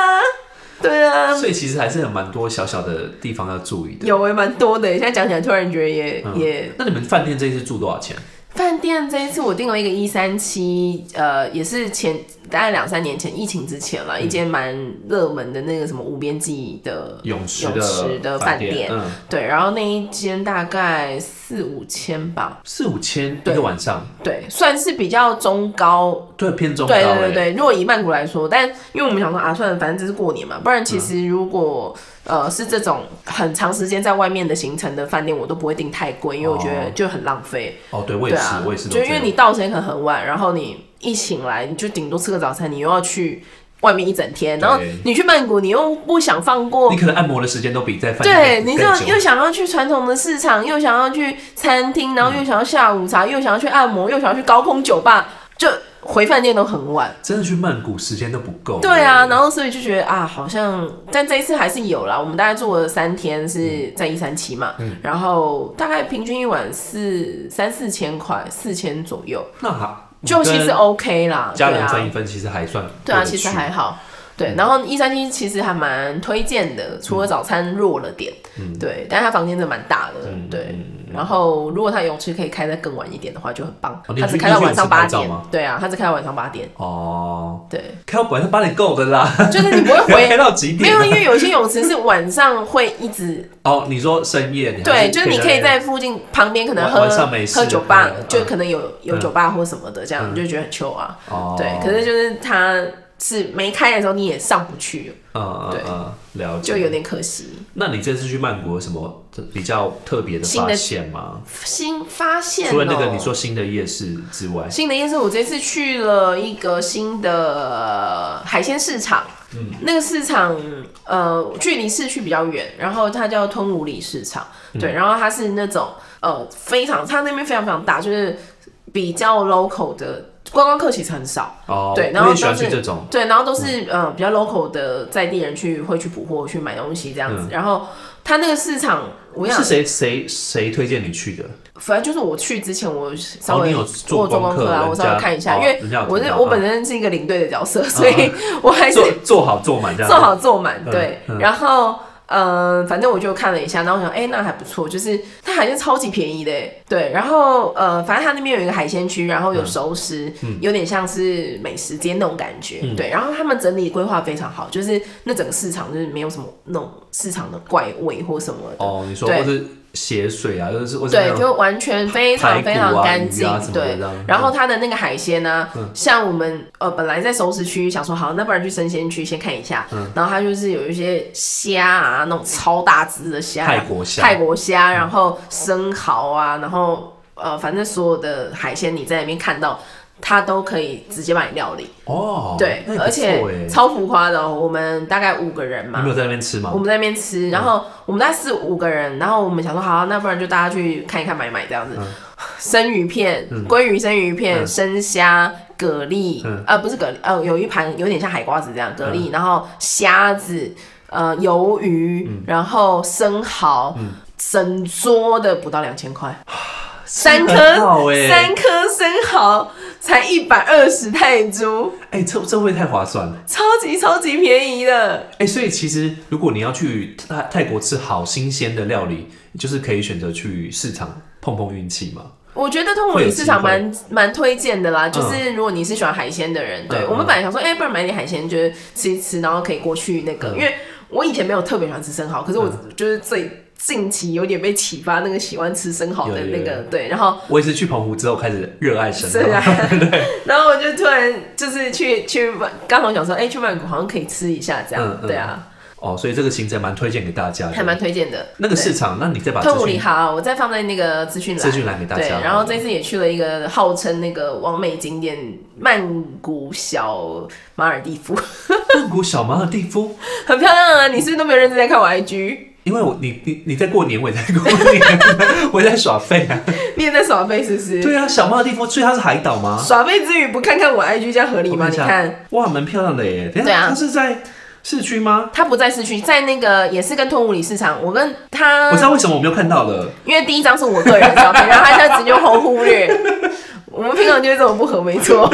Speaker 2: 对啊，
Speaker 1: 所以其实还是有蛮多小小的地方要注意的。
Speaker 2: 有也蛮多的。现在讲起来，突然觉得也、
Speaker 1: 嗯
Speaker 2: 也，
Speaker 1: 那你们饭店这一次住多少钱？
Speaker 2: 饭店这一次我订了一个一三七，呃，也是前大概两三年前疫情之前
Speaker 1: 嗯
Speaker 2: 了，一间蛮热门的那个什么无边际的
Speaker 1: 泳池
Speaker 2: 泳池的
Speaker 1: 饭
Speaker 2: 饭店，
Speaker 1: 嗯，
Speaker 2: 对，然后那一间大概四五千吧，
Speaker 1: 四五千一
Speaker 2: 对
Speaker 1: 个晚上，
Speaker 2: 对，算是比较中高
Speaker 1: 对，偏中高
Speaker 2: 对
Speaker 1: 欸
Speaker 2: 对对对，如果以曼谷来说，但因为我们想说啊，算了，反正这是过年嘛，不然其实
Speaker 1: 嗯
Speaker 2: 如果、呃是这种很长时间在外面的行程的饭店，我都不会订太贵，因为我觉得
Speaker 1: 哦
Speaker 2: 就很浪费。
Speaker 1: 哦，对我
Speaker 2: 对
Speaker 1: 也是，
Speaker 2: 啊
Speaker 1: 我也是，
Speaker 2: 就因为你到时间可能很晚，然后你一醒来你就顶多吃个早餐，你又要去外面一整天，然后
Speaker 1: 对
Speaker 2: 你去曼谷你又不想放过
Speaker 1: 你。可能按摩的时间都比在饭
Speaker 2: 对，
Speaker 1: 店
Speaker 2: 你就
Speaker 1: 更久
Speaker 2: 又想要去传统的市场，又想要去餐厅，然后
Speaker 1: 嗯
Speaker 2: 又想要下午茶，又想要去按摩，又想要去高空酒吧，就回饭店都很晚。
Speaker 1: 真的去曼谷时间都不够。
Speaker 2: 对啊，然后所以就觉得啊，好像但这一次还是有啦。我们大概住了三天，
Speaker 1: 嗯
Speaker 2: 是在一三七嘛，然后大概平均一晚是三四千块，四千左右，
Speaker 1: 那还
Speaker 2: 就其
Speaker 1: 你
Speaker 2: 实
Speaker 1: 跟
Speaker 2: OK 啦。
Speaker 1: 家人分
Speaker 2: 对
Speaker 1: 一
Speaker 2: 啊，
Speaker 1: 分，其实还算
Speaker 2: 对啊，
Speaker 1: 过得
Speaker 2: 其实
Speaker 1: 去嗯
Speaker 2: 还好。对，然后一三七其实还蛮推荐的，除了早餐弱了点，
Speaker 1: 嗯
Speaker 2: 对，但他房间真的蛮大的，对。然后如果他泳池可以开得更晚一点的话，就很棒。
Speaker 1: 哦你
Speaker 2: 他只
Speaker 1: 去
Speaker 2: 开到
Speaker 1: 你去
Speaker 2: 晚
Speaker 1: 泳
Speaker 2: 上
Speaker 1: 池拍
Speaker 2: 八
Speaker 1: 照
Speaker 2: 点
Speaker 1: 吗，
Speaker 2: 对啊，他只开到晚上八点，
Speaker 1: 哦。
Speaker 2: 对，
Speaker 1: 开到晚上八点够的啦，
Speaker 2: 就是你不会
Speaker 1: [laughs]
Speaker 2: 回
Speaker 1: 开到几
Speaker 2: 没
Speaker 1: 点
Speaker 2: 有，
Speaker 1: 啊？
Speaker 2: 因为有些泳池是晚上会一
Speaker 1: [laughs]
Speaker 2: 直
Speaker 1: 哦，你说深夜？你还
Speaker 2: 对，就是你可以在附近旁边可能喝
Speaker 1: 晚晚上没事
Speaker 2: 喝酒吧
Speaker 1: 嗯，
Speaker 2: 就可能有有
Speaker 1: 嗯
Speaker 2: 酒吧或什么的，这
Speaker 1: 嗯
Speaker 2: 样你就觉得很糗啊。
Speaker 1: 哦，
Speaker 2: 对，可是就是它是没开的时候你也上不去，
Speaker 1: 嗯嗯
Speaker 2: 对
Speaker 1: 嗯，了解，
Speaker 2: 就有。点可惜。
Speaker 1: 那你这次去曼谷有什么比较特别的
Speaker 2: 新
Speaker 1: 发
Speaker 2: 的
Speaker 1: 现吗？
Speaker 2: 新发现
Speaker 1: 除了那个
Speaker 2: 哦
Speaker 1: 你说新的夜市之外，
Speaker 2: 新的夜市，我这次去了一个新的海鲜市场。那个市场呃，距离市区比较远，然后它叫吞武里市场，对，然后它是那种呃非常，它那边非常非常大，就是比较 local 的观光客其实很少，
Speaker 1: 哦，
Speaker 2: 对然
Speaker 1: 我
Speaker 2: 后
Speaker 1: 也喜欢
Speaker 2: 当时
Speaker 1: 去这种，
Speaker 2: 对，然后都是、呃比较 local 的在地人去会去捕获去买东西这样子，然后它那个市场我想
Speaker 1: 是谁谁谁推荐你去的？
Speaker 2: 反正就是我去之前，我稍
Speaker 1: 哦
Speaker 2: 微
Speaker 1: 你有做
Speaker 2: 我做
Speaker 1: 功
Speaker 2: 功
Speaker 1: 课
Speaker 2: 啊，
Speaker 1: 人
Speaker 2: 我稍
Speaker 1: 家
Speaker 2: 微看一下，
Speaker 1: 哦
Speaker 2: 因为
Speaker 1: 人家有
Speaker 2: 我
Speaker 1: 提
Speaker 2: 是
Speaker 1: 到
Speaker 2: 我
Speaker 1: 嗯
Speaker 2: 本身是一个领队的角色，所以 [laughs] 我还是
Speaker 1: 做做好做满这样。
Speaker 2: 做好做满。
Speaker 1: 嗯
Speaker 2: 对，然后嗯、呃反正我就看了一下，然后我想，哎、那还不错，就是它海鲜超级便宜的，对。然后呃，反正它那边有一个海鲜区，然后有熟食，
Speaker 1: 嗯
Speaker 2: 有点像是美食街那种感觉，对。然后他们整理规划非常好，就是那整个市场就是没有什么那种市场的怪味或什么的，
Speaker 1: 哦，你说
Speaker 2: 对
Speaker 1: 或是血水啊，就是或者
Speaker 2: 对
Speaker 1: 那，种
Speaker 2: 就完全非常非
Speaker 1: 排骨
Speaker 2: 常
Speaker 1: 啊
Speaker 2: 干净，
Speaker 1: 鱼啊什么的
Speaker 2: 对
Speaker 1: 这样。
Speaker 2: 然后它的那个海鲜呢、
Speaker 1: 嗯
Speaker 2: 像我们呃本来在熟食区想说好，那不然去生鲜区先看一下、
Speaker 1: 嗯
Speaker 2: 然后它就是有一些虾啊，那种超大只的虾，
Speaker 1: 泰国虾
Speaker 2: 泰国虾，然后生蚝啊，然后呃反正所有的海鲜你在里面看到，它都可以直接帮你料理，
Speaker 1: 哦，
Speaker 2: 对
Speaker 1: 那也，不
Speaker 2: 而且
Speaker 1: 错欸
Speaker 2: 超浮夸的、哦。我们大概五个人嘛
Speaker 1: 你，没有在那边吃吗
Speaker 2: 我？们在那边吃，
Speaker 1: 嗯
Speaker 2: 然后我们大概四五个人，然后我们想说好，那不然就大家去看一看买买这样
Speaker 1: 嗯
Speaker 2: 子， [laughs] 生鱼片、鲑鱼生鱼片、生虾、蛤蜊，
Speaker 1: 嗯
Speaker 2: 呃不是蛤蜊，呃有一盘有点像海瓜子这样蛤蜊，然后虾子，呃鱿鱼，
Speaker 1: 嗯
Speaker 2: 然后生蚝，整桌的不到两千块，三颗
Speaker 1: 啊很好欸
Speaker 2: 三颗生蚝才一百二十泰铢，
Speaker 1: 哎、这这会太划算了。
Speaker 2: 超级超级便宜的。
Speaker 1: 哎、所以其实如果你要去泰泰国吃好新鲜的料理，就是可以选择去市场碰碰运气嘛。
Speaker 2: 我觉得通过鱼市场蛮蛮推荐的啦，就是如果你是喜欢海鲜的人，对
Speaker 1: 嗯
Speaker 2: 我们本来想说，哎、不然买点海鲜，就是吃一吃，然后可以过去那个，
Speaker 1: 嗯
Speaker 2: 因为我以前没有特别喜欢吃生蚝，可是我就是最近期有点被启发那个喜欢吃生蚝的
Speaker 1: 有有
Speaker 2: 那个
Speaker 1: 有
Speaker 2: 对，然后
Speaker 1: 我也是去澎湖之后开始热爱
Speaker 2: 是
Speaker 1: 生蚝，
Speaker 2: 啊，然后我就突然就是去去刚好想说，哎、去曼谷好像可以吃一下这样，
Speaker 1: 嗯嗯
Speaker 2: 对啊，
Speaker 1: [laughs] 哦，所以这个行程蛮推荐给大家
Speaker 2: 还
Speaker 1: 的。
Speaker 2: 蛮推荐的。
Speaker 1: 那个市
Speaker 2: 对
Speaker 1: 场，那你再把
Speaker 2: 特
Speaker 1: 资
Speaker 2: 姆里
Speaker 1: 讯
Speaker 2: 哈，我再放在那个资讯栏，
Speaker 1: 资讯栏给大
Speaker 2: 对，
Speaker 1: 家。
Speaker 2: 然后这次也去了一个号称那个完美景点曼谷小马尔蒂夫，
Speaker 1: 曼谷小马尔蒂夫，
Speaker 2: 很漂亮啊！你是不是都没有认真在看我 IG？
Speaker 1: 因为我你你你在过年，我也在过年， [laughs] 我也在耍废啊。
Speaker 2: 你也在耍飞是不是？
Speaker 1: 对啊，小马尔蒂夫，所以它是海岛吗？
Speaker 2: 耍飞之余不看看我 IG 这样合理
Speaker 1: 我
Speaker 2: 吗？
Speaker 1: 看一
Speaker 2: 你
Speaker 1: 下
Speaker 2: 看，
Speaker 1: 哇，蛮漂亮的耶。等一
Speaker 2: 对啊
Speaker 1: 下，它是在市区吗？
Speaker 2: 它不在市区，在那个也是跟通武里市场，我跟他
Speaker 1: 我知道为什么我没有看到了。
Speaker 2: 因为第一张是我个人的照片，然后他现在直接轰忽略。
Speaker 1: [laughs]
Speaker 2: 我们平常就是这么不合，没错。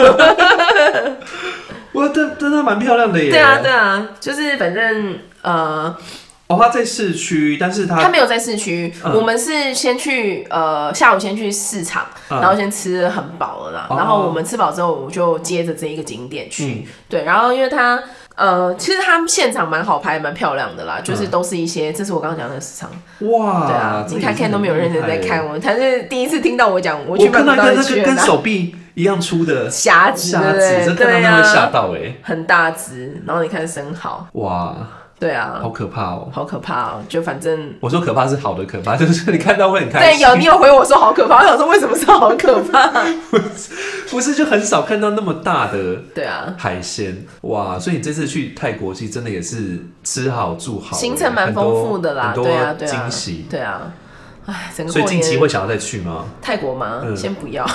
Speaker 1: 哇，但但它蛮漂亮的耶。
Speaker 2: 对啊，对啊，就是反正呃，
Speaker 1: 哦，它在市区，但是
Speaker 2: 他
Speaker 1: 它
Speaker 2: 没有在市区，
Speaker 1: 嗯
Speaker 2: 我们是先去呃下午先去市场，
Speaker 1: 嗯
Speaker 2: 然后先吃得很饱了啦，
Speaker 1: 哦
Speaker 2: 然后我们吃饱之后，我们就接着这一个景点去。
Speaker 1: 嗯
Speaker 2: 对，然后因为它呃，其实它现场蛮好拍，蛮漂亮的啦，就是都是一些，这是我刚刚讲的市场。
Speaker 1: 哇，
Speaker 2: 对啊，
Speaker 1: 嗯这
Speaker 2: 你
Speaker 1: 也
Speaker 2: 看
Speaker 1: 是
Speaker 2: Ken 都没有认真在看
Speaker 1: 很厉害耶。
Speaker 2: 我，他是第一次听到我讲我去
Speaker 1: 我
Speaker 2: 曼
Speaker 1: 看
Speaker 2: 谷
Speaker 1: 到一
Speaker 2: 到
Speaker 1: 个
Speaker 2: 底
Speaker 1: 那
Speaker 2: 去
Speaker 1: 个
Speaker 2: 了
Speaker 1: 跟
Speaker 2: 哪，
Speaker 1: 手臂一样粗的
Speaker 2: 匣子，
Speaker 1: 沙子，
Speaker 2: [laughs] 对
Speaker 1: 这看
Speaker 2: 不对
Speaker 1: 到
Speaker 2: 对
Speaker 1: 那会吓
Speaker 2: 啊，
Speaker 1: 到哎。
Speaker 2: 很大只，然后你看生蚝，
Speaker 1: 哇，
Speaker 2: 对啊，
Speaker 1: 好可怕哦！
Speaker 2: 好可怕哦，就反正
Speaker 1: 我说可怕是好的可怕，就是你看到会很开
Speaker 2: 对，
Speaker 1: 心。
Speaker 2: 有你有回我说好可怕，我 [laughs] 想说为什么是好可怕？
Speaker 1: 不是就很少看到那么大的
Speaker 2: [laughs] 对啊，
Speaker 1: 海鲜哇，所以你这次去泰国其实真的也是吃好住好，欸
Speaker 2: 行程蛮丰富的啦，
Speaker 1: 很多
Speaker 2: 对啊，
Speaker 1: 很多
Speaker 2: 对啊
Speaker 1: 惊，喜。
Speaker 2: 对啊，哎，整个
Speaker 1: 所以
Speaker 2: 过
Speaker 1: 近期
Speaker 2: 年
Speaker 1: 会想要再去吗？
Speaker 2: 泰国吗？
Speaker 1: 嗯
Speaker 2: 先不要，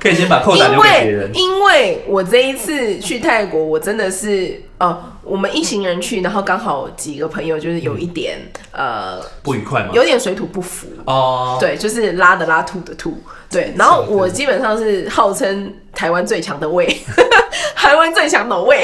Speaker 1: 可以先把扣打
Speaker 2: 因
Speaker 1: 留给别
Speaker 2: 为
Speaker 1: 人。
Speaker 2: 因为我这一次去泰国，我真的是呃，我们一行人去，然后刚好几个朋友就是有一点呃，
Speaker 1: 不愉快吗？
Speaker 2: 有点水土不服，
Speaker 1: 哦，
Speaker 2: 对，就是拉的拉，吐的吐。对，然后我基本上是号称台湾最强的胃， [laughs] 台湾最强的
Speaker 1: [laughs]
Speaker 2: 胃，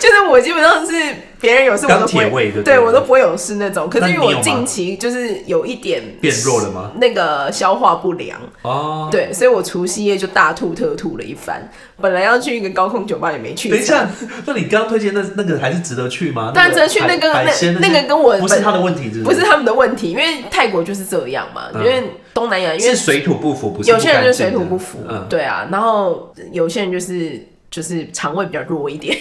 Speaker 2: 就是我基本上是别人有事我都不
Speaker 1: 钢铁
Speaker 2: 会
Speaker 1: 胃，对不对
Speaker 2: 对我都不会有事那种。可
Speaker 1: 那
Speaker 2: 是
Speaker 1: 你
Speaker 2: 因为
Speaker 1: 有
Speaker 2: 我
Speaker 1: 吗
Speaker 2: 近期就是有一点
Speaker 1: 变弱了吗？
Speaker 2: 那个消化不良，
Speaker 1: 哦，
Speaker 2: 对，所以我除夕夜就大吐特吐了一番。本来要去一个高空酒吧也没去成。
Speaker 1: 等一下，那你刚刚推荐那那个还是值得去吗？
Speaker 2: 当然
Speaker 1: 个
Speaker 2: 值得去那个
Speaker 1: 海
Speaker 2: 那
Speaker 1: 海鲜
Speaker 2: 那
Speaker 1: 些
Speaker 2: 个跟我
Speaker 1: 不是他的问题，
Speaker 2: 不是他们的问题，因为泰国就是这样嘛，因
Speaker 1: 嗯
Speaker 2: 为东南亚因为
Speaker 1: 是水土不服，不是
Speaker 2: 有些人就是水
Speaker 1: 干净
Speaker 2: 土
Speaker 1: 的
Speaker 2: 不服，
Speaker 1: 嗯，
Speaker 2: 对啊，然后有些人就是就是肠胃比较弱一
Speaker 1: [laughs]
Speaker 2: 点，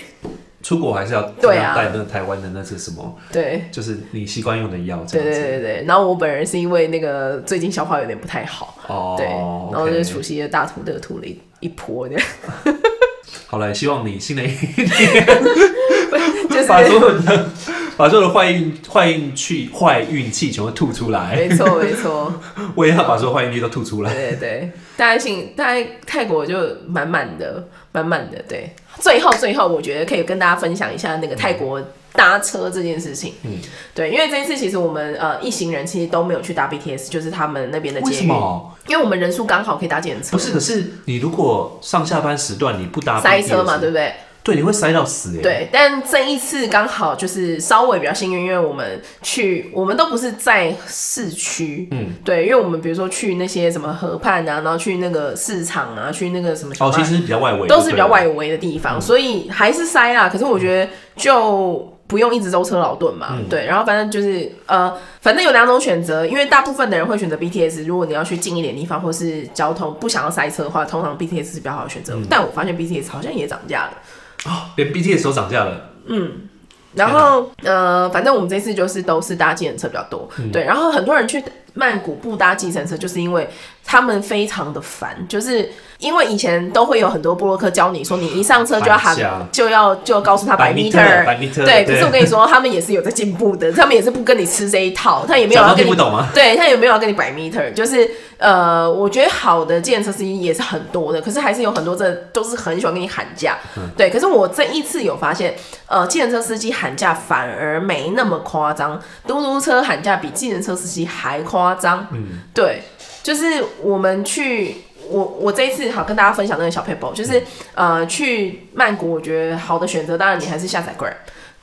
Speaker 1: 出国还是要
Speaker 2: 对啊
Speaker 1: 带那个台湾的那是什么，
Speaker 2: 对。
Speaker 1: 就是你习惯用的药这样
Speaker 2: 对对
Speaker 1: 子。
Speaker 2: 对对，然后我本人是因为那个最近消化有点不太好，
Speaker 1: 哦，
Speaker 2: 对，然后就
Speaker 1: OK
Speaker 2: 除夕夜大吐特吐了一一泼
Speaker 1: [laughs]
Speaker 2: 的，
Speaker 1: 好了，希望你新的一
Speaker 2: [laughs] 就
Speaker 1: 把所
Speaker 2: 是
Speaker 1: 有的 [laughs] 把所有的坏运坏运气坏运气全部吐出来，
Speaker 2: 没错没错，
Speaker 1: [laughs] 我也要把所有坏运气都吐出
Speaker 2: 对
Speaker 1: 来。
Speaker 2: 对对，大家信大家泰国就满满的满满的，对，最后最后我觉得可以跟大家分享一下那个泰国搭车这件事情，
Speaker 1: 嗯
Speaker 2: 对，因为这一次其实我们呃一行人其实都没有去搭 BTS，就是他们那边的
Speaker 1: 为
Speaker 2: 捷
Speaker 1: 什
Speaker 2: 运。
Speaker 1: 么？
Speaker 2: 因为我们人数刚好可以搭检测，
Speaker 1: 不是，可是你如果上下班时段你不搭
Speaker 2: 塞车嘛，
Speaker 1: 对
Speaker 2: 对不对？
Speaker 1: 对，你会塞到死哎。，
Speaker 2: 对，但这一次刚好就是稍微比较幸运，因为我们去，我们都不是在市区，
Speaker 1: 嗯，
Speaker 2: 对，因为我们比如说去那些什么河畔啊，然后去那个市场啊，去那个什么
Speaker 1: 哦哦，其实是比较外围，
Speaker 2: 都是比较
Speaker 1: 对不对
Speaker 2: 外围的地方，所以还是塞啦。可是我觉得就不用一直舟车劳顿嘛，
Speaker 1: 嗯
Speaker 2: 对，然后反正就是呃，反正有两种选择，因为大部分的人会选择 BTS。如果你要去近一点的地方，或是交通不想要塞车的话，通常 BTS 是比较好的选择。
Speaker 1: 嗯
Speaker 2: 但我发现 BTS 好像也涨价了。
Speaker 1: 连 BTS 都涨价了，
Speaker 2: 然后呃，反正我们这次就是都是搭计程车比较多，对。然后很多人去曼谷不搭计程车，就是因为他们非常的烦，就是因为以前都会有很多布洛克教你说，你一上车就要喊
Speaker 1: 搬家，
Speaker 2: 就要就告诉他啊百 meter，
Speaker 1: 百 meter，
Speaker 2: 对，可是我跟你说，他们也是有在进步的，他们也是不跟你吃这一套，他也没有
Speaker 1: 假装
Speaker 2: 要跟
Speaker 1: 听
Speaker 2: 你
Speaker 1: 不懂吗？
Speaker 2: 对他有没有要跟你百 meter？就是呃，我觉得好的建设司机也是很多的，可是还是有很多真的都是很喜欢跟你喊价。对，可是我这一次有发现，呃，计程车司机喊价反而没那么夸张，嘟嘟车喊价比计程车司机还夸张。
Speaker 1: 嗯，
Speaker 2: 对，就是我们去。我我这一次好跟大家分享那个小 paper，就是呃去曼谷，我觉得好的选择，当然你还是下载 Grab，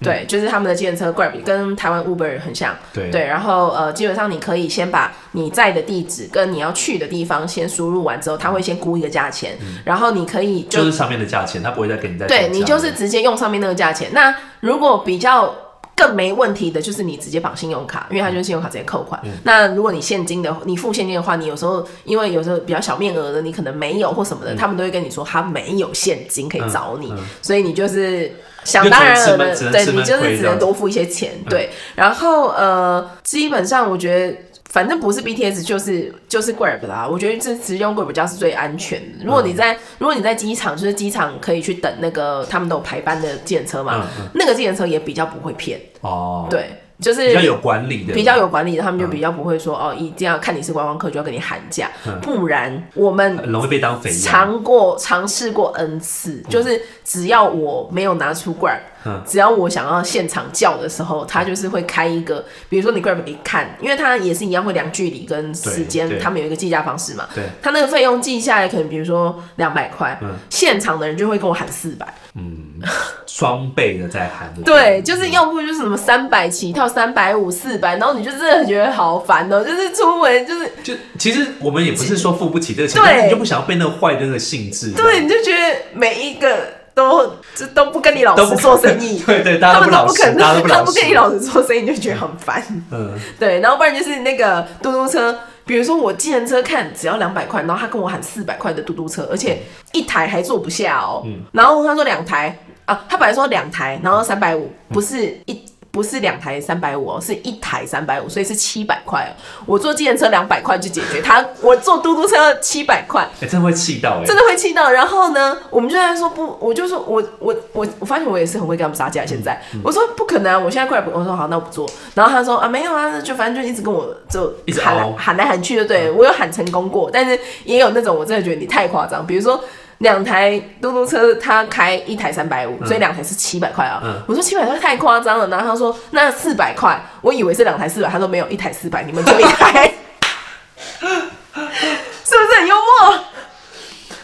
Speaker 2: 对，就是他们的计程车 Grab 跟台湾 Uber 很像，
Speaker 1: 对
Speaker 2: 对，然后呃，基本上你可以先把你在的地址跟你要去的地方先输入完之后，他会先估一个价钱，然后你可以
Speaker 1: 嗯就是上面的价钱，他不会再给你再
Speaker 2: 对
Speaker 1: 涨价
Speaker 2: 你就是直接用上面那个价钱。那如果比较更没问题的，就是你直接绑信用卡，因为它就是信用卡直接扣款。
Speaker 1: 嗯
Speaker 2: 那如果你现金的，你付现金的话，你有时候因为有时候比较小面额的，你可能没有或什么的，他们都会跟你说他没有现金可以找你，
Speaker 1: 嗯嗯
Speaker 2: 所以你就是。想当然
Speaker 1: 就只
Speaker 2: 了
Speaker 1: 能
Speaker 2: 的
Speaker 1: 吃，闷
Speaker 2: 对
Speaker 1: 只能
Speaker 2: 你就
Speaker 1: 吃闷
Speaker 2: 是
Speaker 1: 亏这
Speaker 2: 只
Speaker 1: 样
Speaker 2: 能
Speaker 1: 子嗯
Speaker 2: 多付一些钱，对。然后呃，基本上我觉得反正不是 BTS 就是就是 Grab 啦。我觉得这直接用 Grab 比较是最安全的。如果你
Speaker 1: 嗯
Speaker 2: 在、如果你在机场，就是机场可以去等那个他们都有排班的计程车嘛，
Speaker 1: 嗯嗯
Speaker 2: 那个计程车也比较不会骗，
Speaker 1: 哦，，
Speaker 2: 对，就是
Speaker 1: 比较有管理的，
Speaker 2: 比较有管理的，他们就
Speaker 1: 嗯
Speaker 2: 比较不会说、哦，一定要看你是观光客就要跟你喊价，
Speaker 1: 嗯
Speaker 2: 不然我们
Speaker 1: 很容易被当肥羊，
Speaker 2: 尝过尝试过 N 次，就是只要我没有拿出 Grab，、
Speaker 1: 嗯
Speaker 2: 只要我想要现场叫的时候，他就是会开一个，比如说你 Grab 给看，因为他也是一样会量距离跟时间，
Speaker 1: 对
Speaker 2: 他们有一个计价方式嘛。
Speaker 1: 对，
Speaker 2: 他那个费用计下来，可能比如说两百块
Speaker 1: 嗯，
Speaker 2: 现场的人就会跟我喊四百，
Speaker 1: 嗯，双倍的在喊，
Speaker 2: 对，就是要不就是什么三百起跳、三百五、四百，然后你就真的觉得好烦哦、就是出门就是
Speaker 1: 就其实我们也不是说付不起这个钱，
Speaker 2: 对
Speaker 1: 但是你就不想要被那个坏的那个性质，
Speaker 2: 对，你就觉得每一个都就都不跟你老
Speaker 1: 都
Speaker 2: 实
Speaker 1: 不，
Speaker 2: 做生意
Speaker 1: [laughs] 对对，大家都
Speaker 2: 他们都
Speaker 1: 老
Speaker 2: 不
Speaker 1: 实，
Speaker 2: 肯，
Speaker 1: 大家都
Speaker 2: 他
Speaker 1: 老
Speaker 2: 们不
Speaker 1: 实，
Speaker 2: 跟你老实做生意，你就觉得很烦。
Speaker 1: 嗯，
Speaker 2: 对，然后不然就是那个嘟嘟车，比如说我计程车看只要两百块，然后他跟我喊四百块的嘟嘟车，而且一台还坐不下哦。
Speaker 1: 嗯
Speaker 2: 然后他说两台啊，他本来说两台，然后三百五，不是一。不是两台三百五哦，是一台三百五，所以是七百块哦。我坐计程车两百块就解决他，我坐嘟嘟车七百块，
Speaker 1: 哎，真的会气到哎，
Speaker 2: 真的会气到。然后呢，我们就在说不，我就说我我我我发现我也是很会跟他们撒娇。现在、
Speaker 1: 嗯
Speaker 2: 我说不可能、啊，我现在过来不，我说好，那我不做。然后他说啊没有啊，那就反正就一直跟我就
Speaker 1: 一直嗯
Speaker 2: 喊来
Speaker 1: 凹
Speaker 2: 喊来喊去就对了我有喊成功过，但是也有那种我真的觉得你太夸张，比如说。两台嘟嘟车，他开一台三百五，所以两台是七百块啊。
Speaker 1: 嗯
Speaker 2: 我说七百块太夸张了，然后他说那四百块，我以为是两台四百，他说没有，一台四百，你们就一台，
Speaker 1: [laughs]
Speaker 2: 是不是很幽默？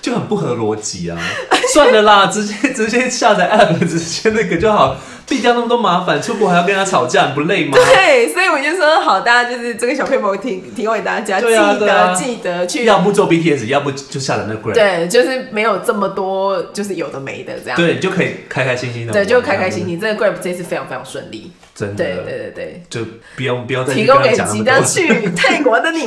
Speaker 1: 就很不合逻辑啊！算了啦，直接直接下载 app，直接那个就好，避掉那么多麻烦，出国还要跟人家吵架，你不累吗？
Speaker 2: 对，所以我就说好，大家就是这个小配博提提供给大家，
Speaker 1: 对啊
Speaker 2: 记
Speaker 1: 对
Speaker 2: 得、
Speaker 1: 啊
Speaker 2: 记得去，
Speaker 1: 要不做 BTS，要不就下载那个 Grab，
Speaker 2: 对，就是没有这么多，就是有的没的这样。
Speaker 1: 对，你就可以开开心心的，
Speaker 2: 对，就开开心，心。这个 Grab 这次非常非常顺利，
Speaker 1: 真的，
Speaker 2: 对对对
Speaker 1: 就不用不用再去
Speaker 2: 对，提
Speaker 1: 跟
Speaker 2: 供
Speaker 1: 他
Speaker 2: 给
Speaker 1: 讲那
Speaker 2: 即
Speaker 1: 么
Speaker 2: 将
Speaker 1: 多。
Speaker 2: 去 [laughs] 泰国的你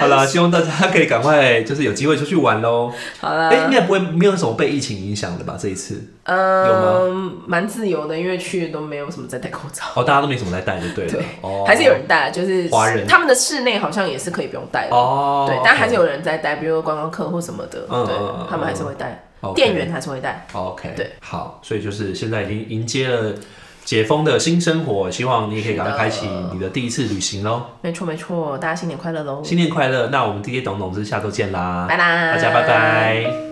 Speaker 1: [laughs] 好啦，，希望大家可以赶快，就是有机会出去玩喽。
Speaker 2: 好啦，
Speaker 1: 哎、应该不会没有什么被疫情影响的吧？这一次，有
Speaker 2: 嗯，蛮自由的，因为去都没有什么在戴口罩。
Speaker 1: 哦，大家都没什么在带就对了。
Speaker 2: 对，
Speaker 1: 哦，
Speaker 2: 还是有人戴，就是
Speaker 1: 华人
Speaker 2: 他们的室内好像也是可以不用戴的。
Speaker 1: 哦，
Speaker 2: 对，但还是有人在戴，比如说观光客或什么的，
Speaker 1: 嗯嗯嗯
Speaker 2: 对，他们还是会戴，
Speaker 1: OK
Speaker 2: 店员还是会戴。
Speaker 1: OK，
Speaker 2: 对，
Speaker 1: 好，所以就是现在已经迎接了解封的新生活，希望你也可以赶快开启你的第一次旅行喽！
Speaker 2: 没错没错，大家新年快乐喽！
Speaker 1: 新年快乐！那我们 DJ 董董是下周见啦，
Speaker 2: 拜拜，
Speaker 1: 大家拜拜。